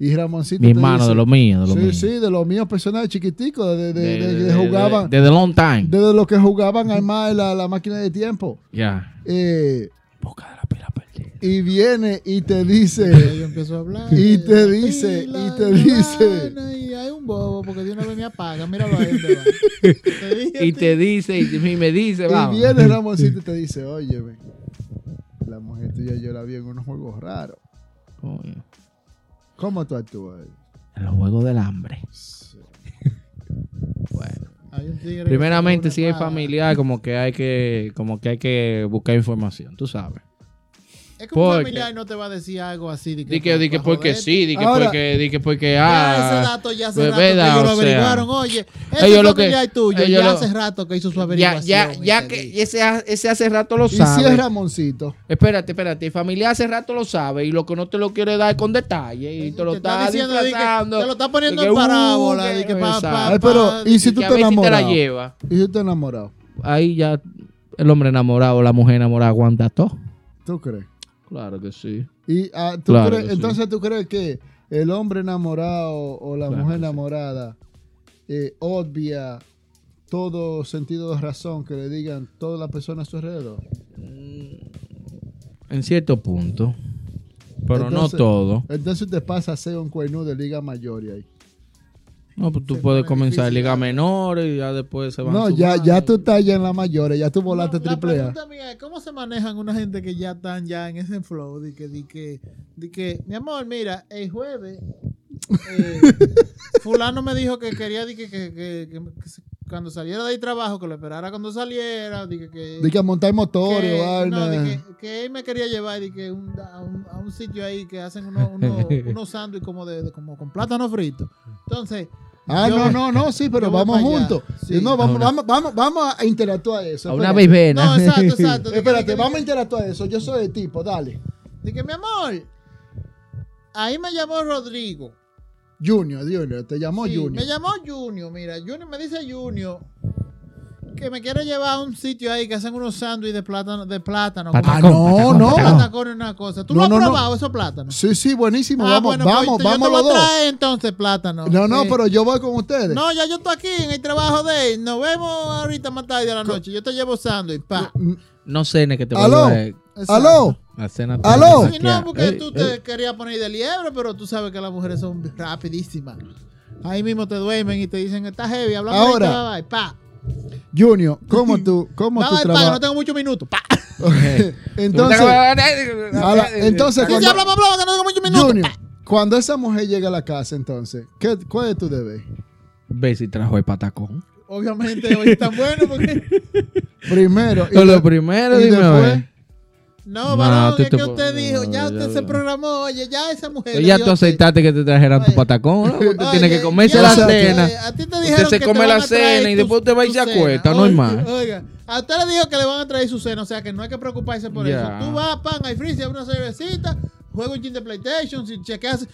C: Y Ramoncito.
B: Mi
C: te
B: hermano,
C: dice-
B: de lo mío, de lo
C: sí,
B: mío.
C: sí, de los míos personajes chiquiticos, de, de- de- de- de jugaban,
B: Desde long time.
C: desde los que jugaban además la, la máquina de tiempo.
B: ya.
C: Eh,
B: Boca de la pila perdida.
C: y viene y te dice,
A: Yo empiezo a hablar.
C: Y te
A: la
C: dice,
A: pila,
C: y te
A: la
C: dice.
A: vaina, Y hay un bobo porque de una vez me apaga. Míralo ahí. donde va. Te dije
B: Y
A: a ti.
B: te dice, y, y me dice,
C: y
B: vamos.
C: viene Ramoncito y te dice, óyeme, la mujer tuya yo la vi en unos juegos raros.
B: Coño.
C: ¿Cómo tú actúas?
B: En los juegos del hambre. Bueno.
A: Hay un tigre que
B: Primeramente,
A: se
B: si
A: pone
B: es
A: una pala.
B: familiar, como que hay que, como que hay que buscar información, tú sabes.
A: Es que un
B: Porque-
A: familiar no te va a decir algo así. De pues,
B: Di que, di que
A: para
B: porque
A: joderte.
B: sí, di que
C: Ahora-
B: porque, di que porque
A: Ya
B: ah.
A: ese dato ya hace
B: pues,
A: rato que
B: ¿verdad?
A: ellos lo
B: O sea,
A: averiguaron. Oye,
B: ellos
A: ese
B: lo que-
A: familiar tuyo
B: ellos
A: ya
B: lo-
A: hace rato que hizo su
B: Ya,
A: averiguación.
B: ya,
A: y
B: ya
A: te
B: que
A: dijo.
B: ese, ha- ese hace rato lo
C: Y si es
B: sabe.
C: Ramoncito,
B: Espérate, espérate. El familiar hace rato lo sabe y lo que no te lo quiere dar es con detalle y te lo está,
A: de que-
B: disfrazando.
A: te lo está poniendo
B: de que,
A: en
B: uh,
A: parábola.
B: que-
A: de que pa-
B: Exacto.
A: pa-
C: Ay, pero,
A: pa-
C: ¿y si
B: Y
C: tú
B: Ah, a
C: te
B: ver si te la
C: enamoras?
B: lleva.
C: y si tú estás enamorado,
B: Ahí ya el hombre enamorado, la mujer enamorada aguanta todo.
C: ¿tú crees?
B: Claro que sí.
C: Y, ah, ¿tú
B: Claro
C: crees-
B: que sí.
C: entonces tú crees que el hombre enamorado o la
B: Claro
C: mujer
B: que sí.
C: enamorada eh, obvia todo sentido de razón que le digan todas las personas a su alrededor.
B: En cierto punto. Pero no
C: Entonces-
B: todo.
C: Entonces te pasa a ser un cuerno de liga mayor y ahí.
B: No, pues tú
A: Se
B: puedes
A: pone
B: comenzar en
A: difícil,
B: liga
A: ya.
B: menor y ya después se van
C: No,
B: sumando.
C: ya, ya tú estás ya en la mayor, ya tú volaste
A: No,
C: triple
A: La
C: A.
A: pregunta mía es, ¿cómo se manejan una gente que ya están ya en ese flow? De que, de que, de que mi amor, mira, el jueves eh, fulano me dijo que quería de que, que- que- que- que se- cuando saliera de ahí trabajo, que lo esperara cuando saliera, de que, que-
C: De que a montar motores,
A: que-
C: vaina.
A: no, de que, que él me quería llevar de que un- a, un, a un sitio ahí que hacen unos uno, unos sándwiches como, de, de- como con plátano frito. Entonces,
C: Ah,
A: yo-
C: no, no, no, sí, pero
A: yo voy
C: vamos
A: pa' allá.
C: juntos.
A: Sí.
C: No,
B: A
C: vamos,
B: una-
C: vamos, vamos, vamos a interactuar eso.
B: A una
C: espérate.
B: beibena.
A: No, exacto, exacto. de que- de
C: Espérate,
A: que-
C: vamos a interactuar eso. Yo soy el tipo, dale.
A: Dije, mi amor, ahí me llamó Rodrigo.
C: Junior, Junior, te llamó
A: Sí,
C: Junior.
A: Me llamó Junior, mira. Junior me dice Junior que me quiere llevar a un sitio ahí que hacen unos sándwiches de plátano. De plátano con
B: Patacón,
C: Ah, no,
B: patacón,
C: no.
B: patacón.
A: plátano con una cosa. ¿Tú
C: No,
A: lo
C: no,
A: has
C: no.
A: probado esos plátanos?
C: Sí, sí, buenísimo.
A: Ah,
C: vamos,
A: bueno, pues,
C: vamos,
A: yo
C: vamos
A: te voy
C: los
A: a
C: dos.
A: traer entonces plátano.
C: No, no,
A: Eh,
C: pero yo voy con ustedes.
A: No, ya yo estoy aquí en el trabajo de él. Nos vemos ahorita más tarde a la noche. Yo te llevo sándwich, pa.
C: Mm,
B: No cene que te
C: Aló.
B: vuelva a-
A: Exacto.
C: Aló,
B: a cena. Eh,
C: Aló.
A: Sí, no, porque
B: Ey,
A: tú
B: ey.
A: te querías poner de liebre, pero tú sabes que las mujeres son rapidísimas. Ahí mismo te duermen y te dicen, está heavy, hablando ahorita,
C: Ahora.
A: bye, bye, pa.
C: Junior, ¿cómo tú, cómo
A: Bye,
C: tú
A: bye, pa, que no
C: trabajas?
A: tengo muchos minutos, pa.
C: entonces, a la-
B: eh,
C: entonces
A: Si
C: cuando,
A: habla, bla, bla, que no tengo muchos minutos,
C: Junior,
A: pa.
C: cuando esa mujer llega a la casa, entonces, ¿qué, ¿cuál es tu deber?
B: Ve si trajo el patacón.
A: Obviamente, hoy están buenos porque...
C: Primero. y
B: Lo,
C: de-
B: primero,
C: y
B: dime a
C: después, eh,
B: ver.
A: No,
B: No,
A: varón,
B: tú
A: es
B: te
A: que
B: po-
A: usted
B: no,
A: dijo, ya
B: ya
A: usted
B: lo-
A: se programó, oye, ya esa mujer...
B: Pues Ya tú aceptaste que te trajeran tu
A: Oye.
B: patacón. ¿no? Usted tiene que comerse
A: comerse
B: la
C: ya,
B: cena.
A: A ti te
B: Usted
A: dijeron
B: se
A: que
B: come
A: te
B: la
A: van a traer
B: cena y
A: tu-
B: después usted va y
A: tu
B: se
A: cena.
B: acuesta, no hay más.
A: Oiga, a usted le dijo que le van a traer su cena, o sea que no hay que preocuparse por
B: Ya.
A: eso. Tú vas, pan, hay freezer, una cervecita, juega un chin de PlayStation, si chequeas,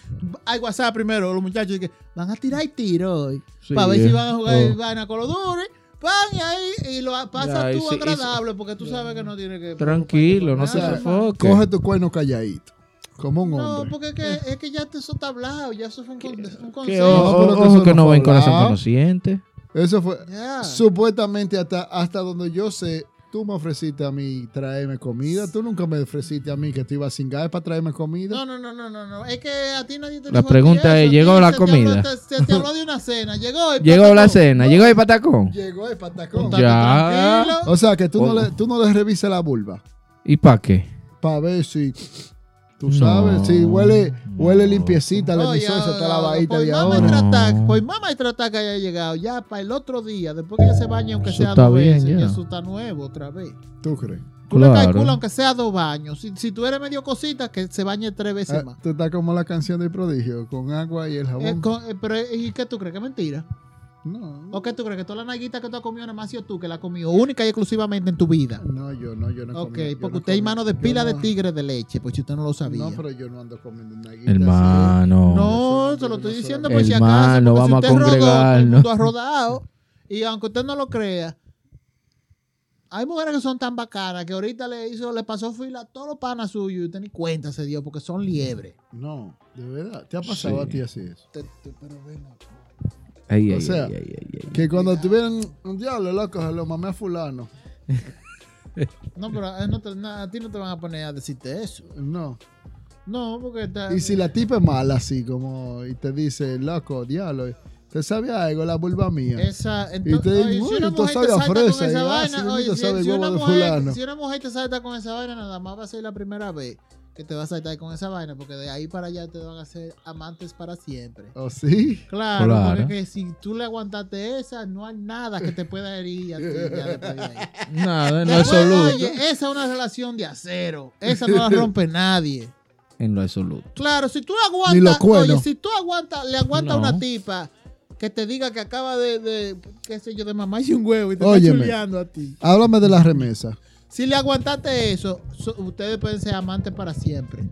A: hay WhatsApp primero, los muchachos dicen que van a tirar y tiro hoy,
B: Sí,
A: para ver
B: eh.
A: si van a jugar
B: Oh.
A: y van a con los duros. Pan y ahí y lo pasas
B: Ya, y
A: tú
B: si- y si-
A: agradable porque tú sabes que no tiene que.
B: Tranquilo, no se
A: preocuparte por nada.
B: sofoque.
C: Coge tu cuerno calladito, como un
A: No,
C: hombre.
A: porque es que, es que ya te- eso está hablado, ya eso fue un, con- un
B: Que
A: consejo.
C: No,
B: ojo,
C: pero que
B: ojo
C: eso
B: que
C: no
B: no
C: fue
B: ven corazón
C: hablado.
B: que no siente.
C: Eso fue,
A: Ya.
C: Supuestamente hasta, hasta donde yo sé, tú me ofreciste a mí traerme comida. Tú nunca me ofreciste a mí que tú ibas a cingar para traerme comida.
A: No, no, no, no, no, no. Es que a ti nadie te dijo
B: La
A: a ti
B: pregunta es,
A: eso. A ti
B: ¿llegó
A: se
B: la
A: te
B: comida?
A: habló- te- se te habló de una cena. Llegó. y
B: Llegó
A: pasó
B: la
A: todo.
B: cena, llegó el patacón.
C: Llegó el patacón.
B: Ya.
A: Tranquilo.
C: O sea que tú,
B: Oh.
C: no le, tú no le revisas la vulva
B: ¿Y para qué?
C: para ver si Tú sabes,
B: No.
C: sí, huele, huele limpiecita la
A: No, ya,
C: emisora, se está lavadita
A: por
C: de
A: más
C: ahora.
B: No.
A: maltratar- por más maltratar que haya llegado, ya para el otro día, después que ya se bañe, aunque
B: Eso
A: sea
B: está
A: dos
B: bien,
A: veces,
B: ya.
A: ya eso está nuevo otra vez.
C: ¿Tú crees?
A: Tú le
B: Claro.
A: calculas, aunque sea dos baños. Si, si tú eres medio cosita, que se bañe tres veces
C: Ah,
A: más.
C: tú estás como la canción del prodigio, con agua y el jabón.
A: Eh, con- eh, pero, eh, ¿Y qué tú crees? ¿Que es mentira?
C: No,
A: ¿O qué tú crees? ¿Que toda la naguita que tú has comido nada más ha sido tú que la has comido única y exclusivamente en tu vida?
C: no, yo no, yo no
A: ok,
C: comí, yo
A: porque
C: no
A: usted es
C: comí.
A: mano de
C: Yo
A: pila de
C: no-
A: tigre de leche, pues si usted no lo sabía.
C: No, pero yo no ando comiendo naguitas.
B: Hermano.
A: No, se lo estoy diciendo por si acaso.
B: Hermano,
A: porque
B: vamos
A: si
B: a
A: usted rodó, todo el
B: congregarnos.
A: mundo ha rodado. Y aunque usted no lo crea, hay mujeres que son tan bacanas que ahorita le hizo, le pasó fila a todos los panas suyos y usted ni cuenta se dio porque son liebres.
C: No, de verdad. ¿Te ha pasado
B: Sí.
C: a ti así eso?
A: Te- te- pero ven acá.
B: Ey,
C: O
B: ey,
C: sea,
B: ey, ey, ey, ey.
C: Que cuando tuvieron un diablo, loco, se lo mamé a fulano.
A: No, pero eh, no te- na- a ti no te van a poner a decirte eso.
C: No.
A: No, porque está-
C: Y si la tipa es mala así, como, y te dice, loco, diablo, ¿te sabe algo la vulva mía?
A: Esa,
C: Y te
A: entonces, oye,
C: dicen,
A: si
C: "Uy,
A: una
C: esto
A: mujer te
C: sabe a
A: salta con
C: fresa", y
A: esa
C: yo, "Ah,
A: vaina,
C: sí, mira,
A: oye, si,
C: sabe
A: si
C: huevo
A: una
C: de
A: mujer,
C: fulano.
A: si una mujer te salta con esa vaina, nada más va a ser la primera vez que te va a saltar con esa vaina, porque de ahí para allá te van a ser amantes para siempre.
C: ¿O sí?
A: Claro,
B: Claro.
A: porque que si tú le aguantaste esa, no hay nada que te pueda herir a ti ya después de ahí.
B: Nada, en lo
A: Después,
B: absoluto.
A: Oye, esa es una relación de acero. Esa no la rompe nadie.
B: En lo absoluto.
A: Claro, si tú
C: Ni
A: aguantas,
C: los cuernos.
A: oye, si tú aguantas, le aguantas a
B: No.
A: una tipa que te diga que acaba de, de, qué sé yo, de mamá y un huevo y te
C: Óyeme.
A: está chuleando a ti.
C: Háblame de la remesa.
A: Si le aguantaste eso, so- ustedes pueden ser amantes para siempre.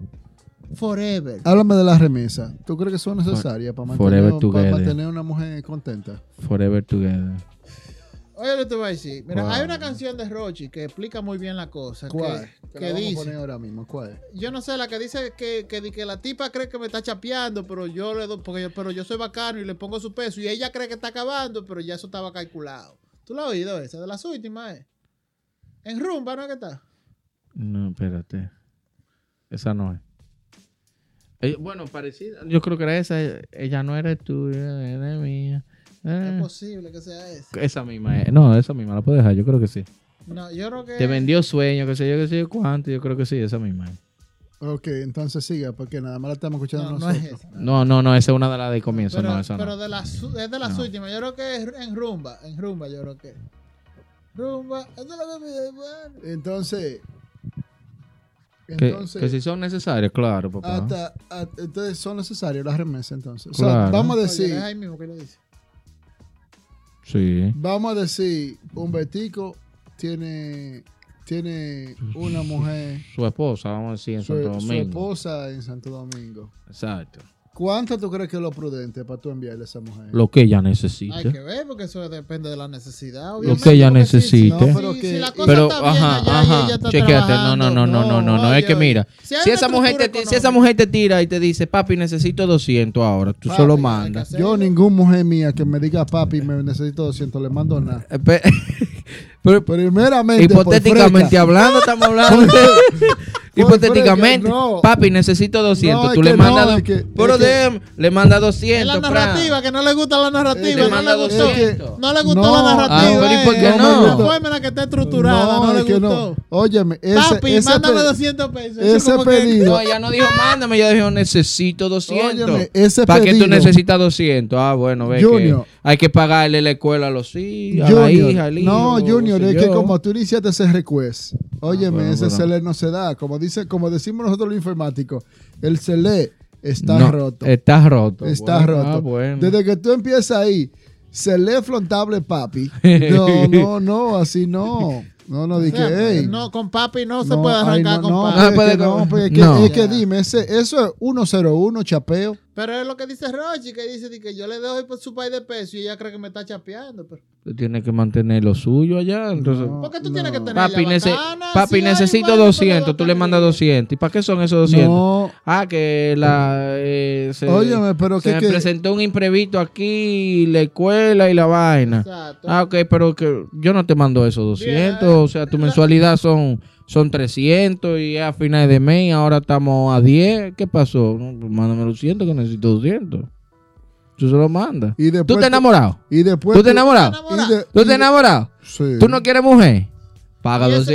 A: Forever.
C: Háblame de la remesa. ¿Tú crees que son necesarias para mantener,
B: Forever
C: para
B: together.
C: mantener una mujer contenta?
B: Forever together.
A: Oye, lo que te voy a decir. Mira,
B: Wow.
A: hay una canción de Rochi que explica muy bien la cosa. que-
C: ¿Cuál?
A: Que,
C: Te la vamos a
A: dice,
C: poner ahora mismo. ¿Cuál?
A: yo no sé, la que dice que, que, di- que la tipa cree que me está chapeando, pero yo le doy, porque yo, pero yo soy bacano y le pongo su peso. Y ella cree que está acabando, pero ya eso estaba calculado. ¿Tú la has oído esa? De las últimas, ¿eh? En rumba, ¿no? ¿Qué está?
B: No, espérate. Esa no es. Eh, bueno, parecida. Yo creo que era esa. Eh, Ella no era tuya, era mía. Eh,
A: Es posible que sea esa.
B: esa misma. es. No, esa misma la puedo dejar. Yo creo que sí.
A: No, yo creo que.
B: Te vendió sueño, que sé yo, que sé yo cuánto. Yo creo que sí, esa misma. es.
C: Ok, entonces siga, porque nada más la estamos escuchando
A: no, no
C: nosotros.
A: es esa.
B: No, no, no. Esa es una de las de comienzo.
A: pero,
B: no, esa
A: pero
B: no.
A: de las, u- es de las
B: No.
A: últimas. Yo creo que es en rumba. En rumba, yo creo que. Rumba. Eso es lo que me- bueno.
C: Entonces.
B: Que,
C: Entonces. Ah,
B: que si son necesarios, claro, papá.
C: hasta- a- entonces son necesarias las remesas, entonces. O sea,
B: Claro.
C: vamos a
A: Oye,
C: decir.
A: es ahí mismo que lo dice.
B: Sí.
C: Vamos a decir, Humbertico tiene. Tiene una mujer.
B: Su esposa, vamos a decir, en
C: Su,
B: Santo
C: su
B: Domingo.
C: esposa en Santo Domingo.
B: Exacto.
C: ¿Cuánto tú crees que es lo prudente para tú enviarle a esa mujer?
B: Lo que ella necesita.
A: Hay que ver, porque eso depende de la necesidad.
B: que
A: obviamente,
B: ella
A: porque si-
B: necesite.
A: si-
C: No, pero
A: si
C: que-
A: la cosa
B: Pero,
A: está bien
B: ajá,
A: allá y ella
B: ajá,
A: está
B: chequéate, no, no,
A: trabajando,
B: no, no, no, no, no,
A: oye,
B: es que
A: oye.
B: mira,
A: Si hay
B: si
A: una
B: esa mujer
A: estructura
B: te, si esa
A: económica-
B: mujer te tira y te dice, papi, necesito 200 ahora, tú
A: Papi,
B: solo
A: hay que
B: mandas.
A: hacer-
C: Yo, ninguna mujer mía que me diga, papi, me necesito 200, le mando nada.
B: Eh, pe- Pero,
C: Primeramente, por
B: hipotéticamente
C: fresca.
B: hablando, estamos hablando. hipotéticamente,
C: no.
B: papi, necesito 200,
C: No, es
B: tú le
C: que no,
B: mandas, dos-
C: es que- es
B: pero
C: que-
B: dem, le manda
A: Es la
B: 200, pra.
A: narrativa, que no le gusta la
C: Eh,
A: narrativa.
B: le
A: no,
B: manda
A: le gustó,
B: 200.
A: no le gustó
C: No,
A: la
B: ah,
A: narrativa.
B: pero ¿y por
A: eh,
B: qué no?
A: La forma en la que está estructurada, no,
C: es
A: le
C: que
A: gustó.
C: Óyeme, ese,
A: Papi,
C: ese
A: mándame
C: pe-
A: 200 pesos. Eso
C: ese
A: como que-
C: pedido-
B: No, ella no dijo, mándame, ella dijo, necesito 200.
C: Óyeme, ese
B: ¿Para qué tú
C: pedido-
B: necesitas 200? Ah, bueno, ve que
C: Junior.
B: hay que pagarle la escuela a los hijos, a la hija,
C: Junior,
B: al hijo.
C: no, Junior,
B: qué sé
C: es que
B: yo. Ah,
C: como tú iniciaste ese request, óyeme,
B: bueno,
C: ese
B: pero-
C: celer no se da. Como dice, como decimos nosotros los informáticos, el celer está
B: No,
C: roto.
B: Está roto.
C: está
B: Bueno,
C: roto.
B: ah, bueno.
C: Desde que tú empiezas ahí, celer frontable, papi. No, no, no, así no. No, no,
A: O
C: dije,
A: sea,
C: "Ey".
A: No, con papi no, se
C: No,
A: puede
C: ay,
A: arrancar
C: no,
A: con
C: no,
A: papi.
B: Ah,
C: es que
B: puede-
C: no, porque es que,
B: no.
C: es que dime, ese, eso es 101 chapeo.
A: Pero es lo que dice Rochi, que dice di que yo le doy por su país de peso y ella cree que me está chapeando. Pero...
B: Tú tienes que mantener lo suyo allá. Entonces,
C: No,
A: ¿Por qué tú
C: no.
A: tienes que tener
B: papi,
A: ella
B: nece-
A: bacana?
B: papi
A: Sí, ay,
B: necesito
A: bueno, pero
B: 200. Tú le
A: bacana.
B: mandas 200. ¿Y para qué son esos 200?
C: No,
B: Ah, que la. eh, se,
C: Óyeme, pero
B: se
C: que-
B: me
C: que-
B: presentó un imprevisto aquí, la escuela y la vaina.
A: Exacto.
B: Ah, ok, pero que yo no te mando esos 200.
A: Bien,
B: o sea, tu mensualidad son, son 300 y a finales de mes ahora estamos a 10. ¿Qué pasó? No, pues Mándame los 100 que necesito 200. Tú se lo mandas.
C: Y
B: ¿Tú
C: después
B: te
C: tú-
B: enamorado?
C: y después.
B: ¿Tú te enamorado?
A: enamorado?
C: y de-
B: ¿Tú
C: y
B: te
C: de-
B: enamorado?
C: Sí.
B: ¿Tú no quieres mujer? Paga
A: Y ese-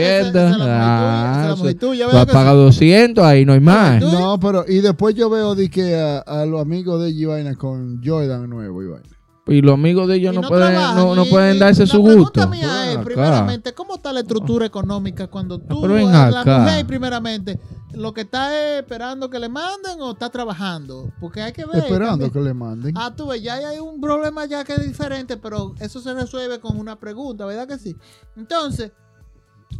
A: esa-
B: 200.
A: esa es la
B: ah,
A: mujer tuya, esa es
B: eso-
A: la mujer tuya,
B: tú
A: ¿verdad
B: has
A: que
B: pagado 200, ahí no hay más.
A: tú-
C: No, pero y después yo veo de que a, a los amigos de Givaina con Jordan nuevo y vaina.
B: Y los amigos de ellos
A: Y
B: no, pueden,
A: trabajan,
B: no, no
A: y-
B: pueden
A: y
B: darse
A: la
B: su
A: pregunta
B: gusto.
A: mía es,
B: Ven acá.
A: primeramente, ¿cómo está la estructura económica cuando tú,
B: pero ven
A: la
B: acá.
A: mujer, primeramente, lo que está es esperando que le manden o está trabajando? Porque hay que ver.
C: Esperando
A: también.
C: que le manden.
A: Ah, tú ves, ya hay un problema ya que es diferente, pero eso se resuelve con una pregunta, ¿verdad que sí? Entonces,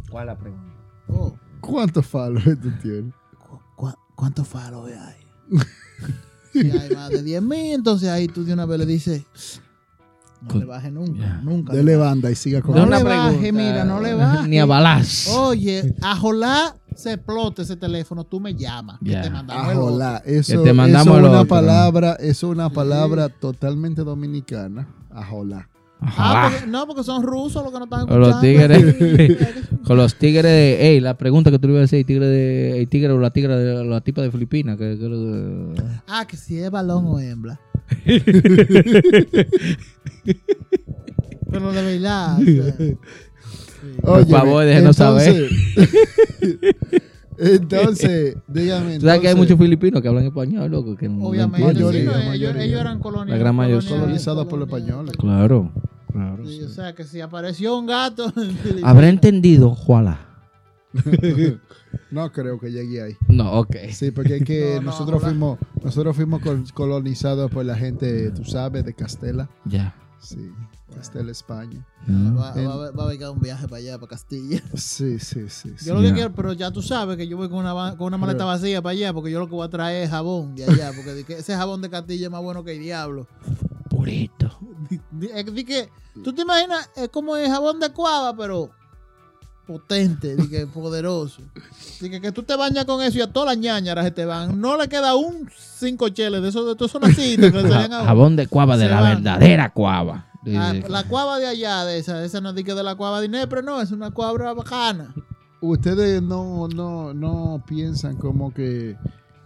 B: ¿Cuál la pregunta?
A: oh,
C: ¿Cuántos followers tú tienes?
A: ¿cu- cu- ¿cuántos faros hay? si hay más de 10 mil, entonces ahí tú de una vez le dices, no
B: Con-
A: le bajes nunca,
B: Ya.
A: nunca.
C: Dele banda y siga con
A: No
C: él.
A: le baje, mira, no le baje. Oh,
B: Ni a balas.
A: Oye, ajolá se explota ese teléfono, tú me llamas. que
B: Ya.
A: te mandamos el otro.
C: Ajolá, Ah, eso,
B: Que te mandamos
C: eso
B: el
C: es una
B: otro.
C: palabra, eso es una palabra totalmente dominicana. Ajolá.
A: Ah,
B: Ajá.
A: porque- no, porque son rusos los que no están
B: Con los
A: escuchando.
B: tigres. Con los tigres de. Ey, la pregunta que tú le ibas a hacer, tigre de. El tigre o la tigre de la tipa de Filipinas. Que, que lo-
A: ah, que si es balón o hembra. Pero de verdad. o sea,
C: Oye,
B: favor, déjenos saber.
C: entonces, dígame.
B: Tú sabes que hay
C: entonces,
B: muchos filipinos que hablan español, loco. Que no- no
A: obviamente,
C: mayoría,
A: sí, no,
B: entienden.
C: mayoría.
A: ellos, ellos eran colonias.
B: La gran mayoría.
A: colonias-
C: Colonizados por los
A: colonias-
C: españoles.
B: Claro, claro.
A: Sí, o sea, que si apareció un gato.
B: Habrá entendido, Juala.
C: No creo que llegue ahí.
B: No, ok.
C: Sí, porque es que
A: No, no,
C: nosotros
A: ajolá.
C: fuimos nosotros fuimos col- colonizados por la gente, tú sabes, de Castela.
B: Ya. Mm.
C: Sí, Castela, España.
B: Ah,
A: Va, va, va- va a haber un viaje para allá, para Castilla.
C: Sí, sí, sí. sí.
A: Yo lo que
B: Ya.
A: quiero, pero ya tú sabes que yo voy con una, va- con una maleta vacía para allá, porque yo lo que voy a traer es jabón de allá, porque di que ese jabón de Castilla es más bueno que el diablo.
B: Purito.
A: Di- eh, di que, tú te imaginas, es como el jabón de cuava, pero potente, di que poderoso. Así que, que tú te bañas con eso y a todas las ñañaras se te van. No le queda un cinco cheles de esos de todos esos nacitos que le salían a-
B: Jabón de cuava, de
A: Se
B: la
A: van.
B: verdadera cuava.
A: a- Ah, pues La cuava de allá, de esa, esa no es di que de la cuava de Inepre, no, es una cuava bacana.
C: Ustedes no, no, no piensan como que,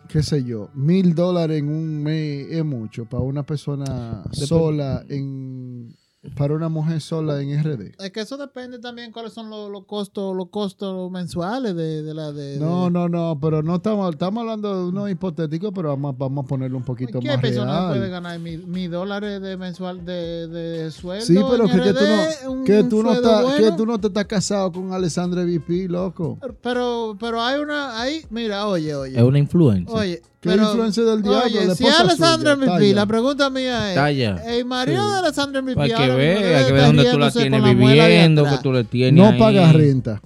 C: qué sé yo, mil dólares en un mes es mucho para una persona sola en para una mujer sola en RD.
A: Es que eso depende también cuáles son los, los costos, los costos mensuales de, de la de.
C: No,
A: de-
C: no, no, pero no estamos, estamos hablando de uno hipotético, pero vamos, vamos a ponerlo un poquito
A: ¿Qué
C: más
A: persona puede
C: real.
A: ganar mil, mil dólares de mensual de, de sueldo?
C: Sí, pero
A: en
C: que, que tú
A: RD?
C: no,
A: Un-
C: que
A: un
C: tú no
A: sueldo
C: estás,
A: bueno.
C: que tú no te estás casado con Alessandra VP, loco.
A: Pero, pero hay una, ahí, mira, oye, oye,
B: Es una influencia.
A: oye.
C: Eh, ¿Qué
A: pero-
C: influencia del diablo?
A: Oye,
C: La
A: si
C: esposa
A: Alessandra
C: suya,
A: Mipi,
C: talla.
A: la pregunta mía es,
B: Talla.
A: el marido
C: Sí.
A: de Alessandra Mipi,
B: Pues Hay que
A: ahora mismo
B: ver,
A: debe
B: hay que ver
A: estar
B: dónde tú la
A: riéndose con
B: tienes
A: la muela de
B: viviendo, que
A: atrás.
B: tú le tienes.
C: No
B: ahí.
C: pagas renta.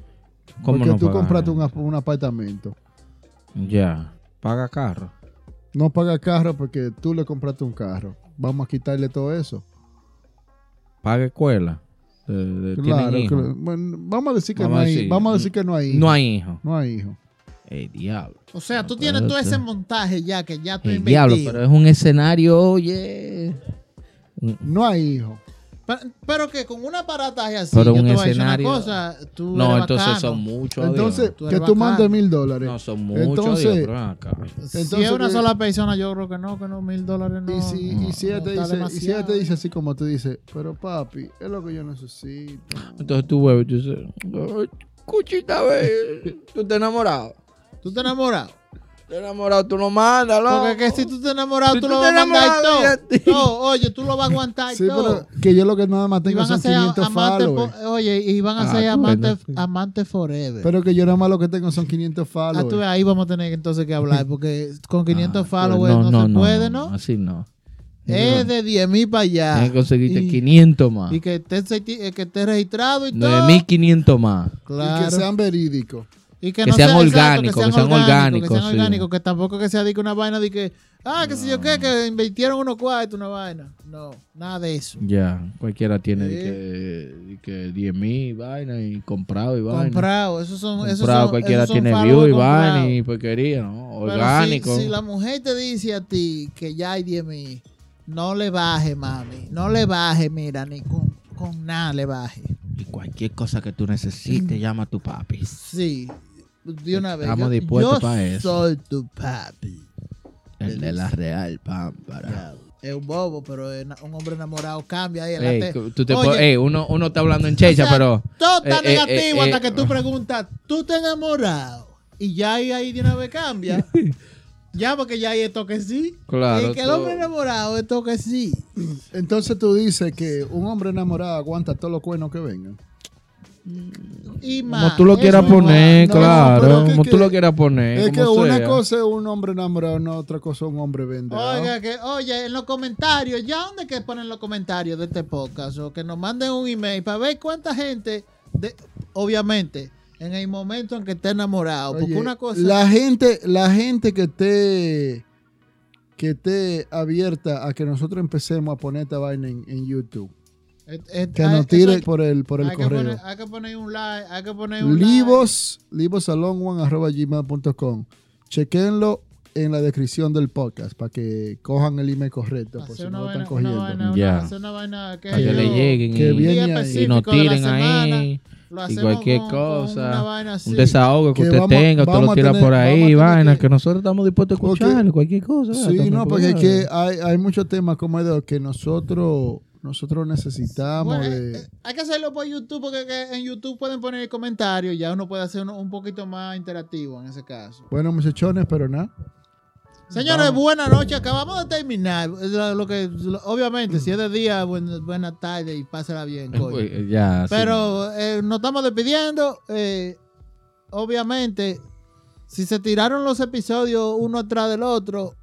B: ¿Cómo
C: porque
B: no
C: tú
B: pagas
C: compraste un,
B: renta?
C: ap- un apartamento.
B: Ya. Paga carro.
C: No paga carro porque tú le compraste un carro. Vamos a quitarle todo eso.
B: Paga escuela. Eh, eh, ¿tienen
C: Claro.
B: hijos?
C: cl- bueno, vamos a decir que
B: Vamos
C: no
B: a
C: hay.
B: decir,
C: vamos a decir que no hay. hijo.
B: No hay hijos.
C: No hay hijo.
B: El diablo.
A: O sea, tú
B: No,
A: tienes
B: pero
A: todo
B: esto-
A: ese montaje ya que ya tú
B: Ah, El diablo,
A: invertido.
B: pero es un escenario, oye.
C: No hay hijo.
A: Pa- Pero, que con un aparataje así,
B: Pero
A: yo
B: un
A: te voy a decir
B: escenario-
A: una cosa, tú
B: No,
A: eres
B: entonces
A: bacano.
B: son muchos.
C: Entonces,
A: Tú
C: que
A: eres
C: tú mandes
A: bacán.
C: mil
B: adiós. no
C: dólares.
B: son muchos.
C: entonces-
B: adiós, pero ven acá.
A: si es
C: Entonces,
A: una
C: que-
A: sola persona, yo creo que no, que no, mil dólares no.
C: y si, y si ella
A: no
C: te
A: está
C: dice, y si ella te
A: demasiado.
C: dice así como tú dices, pero papi, es lo que yo necesito.
B: Entonces tú vuelves y tú dices, "Ay, cuchita, ve, tú te enamorado.
A: ¿Tú te enamoras?
B: Te enamorado, tú no mandas, loco.
A: Porque que si tú te enamoras,
B: Si
A: tú
B: tú
A: lo
B: te
A: vas a mandar
B: enamorado,
A: y
B: ya-
A: todo. No, oye, tú lo vas a aguantar y
C: Sí,
A: todo.
C: pero que yo lo que nada más
A: Y
C: tengo
A: van a
C: son
A: ser
C: 500
A: amantes,
C: followers.
A: po- oye, y van a
B: Ah,
A: ser
B: tú
A: amantes
B: ves,
A: amante forever.
C: Pero que yo nada más lo que tengo son
A: Ah,
C: 500
A: tú ves,
C: followers.
A: ahí vamos a tener entonces que hablar, porque con 500
B: Ah,
A: followers no, se puede, ¿no?
B: Así no.
A: Es de 10 mil para allá.
B: Tienes que conseguirte
A: Y-
B: 500 más.
A: Y que esté, certi- eh, que esté registrado y todo.
B: 9500 más.
A: Claro.
C: Y que sean verídicos.
A: Y
B: que sean orgánicos, que sean
A: Que
B: orgánicos,
A: sean
B: sí.
A: orgánicos, que tampoco que sea de que una vaina de que, ah, que si yo qué, que invirtieron unos cuartos, una vaina. No, nada de eso.
B: Ya, cualquiera tiene
A: Sí.
B: de que, de que 10 mil vaina y comprado y vaina.
A: Comprado, esos son. esos
B: Comprado,
A: son-
B: cualquiera
A: esos son
B: tiene
A: faros
B: view y
A: comprados.
B: vaina y porquería, ¿no?
A: Pero
B: Orgánico.
A: Si, si la mujer te dice a ti que ya hay 10 mil, no le baje, mami. No le baje, mira, ni con, con nada le baje.
B: Y cualquier cosa que tú
A: Mm.
B: necesites, llama a tu papi.
A: Sí, de una vez.
B: Estamos
A: yo-
B: dispuestos
A: yo
B: pa' eso.
A: Soy tu papi.
B: El de la Real Pámpara.
A: Es un bobo, pero es na- un hombre enamorado cambia ahí.
B: Ey,
A: la te-
B: tú te
A: Oye,
B: po- ey, uno, uno está hablando en
A: o sea,
B: checha, pero.
A: Todo está
B: eh, eh,
A: negativo
B: eh,
A: hasta
B: eh,
A: que tú preguntas, ¿tú te enamorado? Y ya ahí, ahí de una vez cambia. ya, porque ya ahí es toque sí.
B: Claro,
A: Y que el
B: todo-
A: hombre enamorado es toque sí.
C: Entonces tú dices que un hombre enamorado aguanta todos los cuenos que vengan.
A: Y más.
B: Como tú lo
A: eso
B: quieras
A: es más.
B: poner,
C: no, pero
B: claro.
C: es que-
B: Como tú lo
C: que-
B: quieras poner.
C: es que
B: Eh, como
C: una
B: sea.
C: cosa es un hombre enamorado, no otra cosa es un hombre vendado.
A: Oiga, que, oye, en los comentarios, ¿ya dónde que ponen los comentarios de este podcast? O que nos manden un email para ver cuánta gente, de- obviamente, en el momento en que esté enamorado.
C: Oye,
A: porque una cosa.
C: La gente, la gente que esté que esté abierta a que nosotros empecemos a poner esta vaina en, en YouTube.
A: es- es-
C: Que
A: hay-
C: nos
A: Ah, eso
C: tire
A: hay-
C: por el, por el
A: hay
C: correo.
A: Que poner, hay que poner un like, hay que poner un like.
C: Libos, libosalon1.gmail.com. Chequenlo en la descripción del podcast para que cojan el email correcto, por si
A: Hacer una
C: no lo
A: vaina, una
C: están cogiendo.
A: vaina, una-
B: Ya.
A: hacer una vaina que
C: Para
B: que
A: yo-
B: le lleguen
C: que
B: y,
A: un día
C: vienen ahí.
B: y
A: específico
B: nos
A: de la
B: tiren
A: semana,
B: ahí.
A: lo
B: y
A: hacemos
B: cualquier
A: con- con
B: cosa,
A: una vaina así.
B: Un desahogo que
C: Que
B: usted
C: vamos-
B: tenga, usted
C: vamos
B: lo
C: a
B: tira
C: tener-
B: por
C: vamos a
B: ahí,
C: tener
B: vaina,
C: que-
B: que nosotros estamos dispuestos a
C: Porque-
B: escucharle, cualquier cosa.
C: Sí,
B: Ah, también,
C: no, porque
B: porque-
C: es que hay, hay muchos temas como estos que nosotros, nosotros necesitamos
A: Bueno,
C: de...
A: eh, eh, hay que hacerlo por YouTube porque que en YouTube pueden poner el comentario y ya uno puede hacer uno- un poquito más interactivo en ese caso.
C: Bueno, muchachones, pero nada.
A: Señores,
C: Vamos.
A: buenas noches. Acabamos de terminar. Es Lo lo que, lo- obviamente, si es de día, buen- buenas tardes y pásala bien, coño.
B: Pues, Ya, sí.
A: Pero eh, nos estamos despidiendo. eh, obviamente, si se tiraron los episodios uno tras del otro,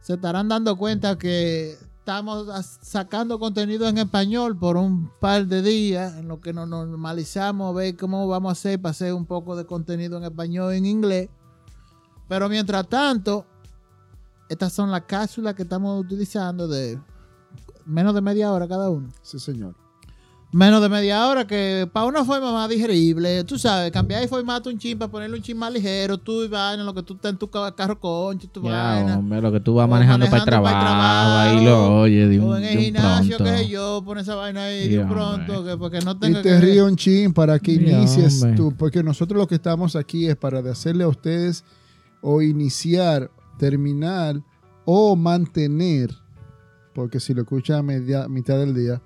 A: se estarán dando cuenta que estamos as- sacando contenido en español por un par de días, en lo que nos normalizamos, a ver cómo vamos a hacer para hacer un poco de contenido en español y en inglés. Pero mientras tanto, estas son las cápsulas que estamos utilizando de menos de media hora cada uno
C: Sí, señor.
A: menos de media hora, que para una forma más digerible, tú sabes, cambiar el formato un chin para ponerle un chin más ligero, tú y vaina, lo que tú estás en tu ca- carro concho, tu
B: Ya,
A: vaina,
B: hombre, lo que tú vas
A: O
B: manejando, para el
A: manejando
B: trabajo,
A: para el
B: ahí
A: trabajo,
B: lo oye de un,
A: o en
B: de
A: el
B: un
A: gimnasio,
B: pronto.
A: qué sé yo, pon esa vaina ahí de
B: Ya,
A: un pronto,
B: hombre.
A: que porque no tenga
C: Y te
A: que-
C: río un chin para que
B: Mira,
C: inicies
B: hombre.
C: tú, porque nosotros lo que estamos aquí es para hacerle a ustedes o iniciar, terminar o mantener, porque si lo escuchan a media- mitad del día,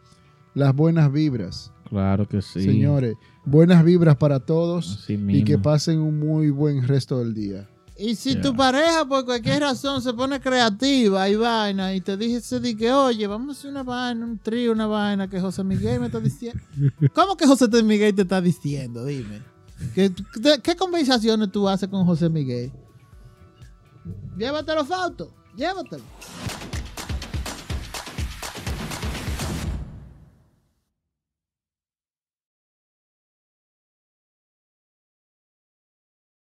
C: las buenas vibras,
B: Claro que sí.
C: señores. Buenas vibras para todos
B: Así
C: y que
B: mismo.
C: pasen un muy buen resto del día.
A: Y si
B: Ya.
A: tu pareja por cualquier razón se pone creativa y vaina y te dice di que oye, vamos a hacer una vaina, un trío, una vaina que José Miguel me está diciendo. ¿Cómo que José te- Miguel te está diciendo? Dime. ¿Qué, de- qué conversaciones tú haces con José Miguel? Llévatelo, Fausto. Llévatelo.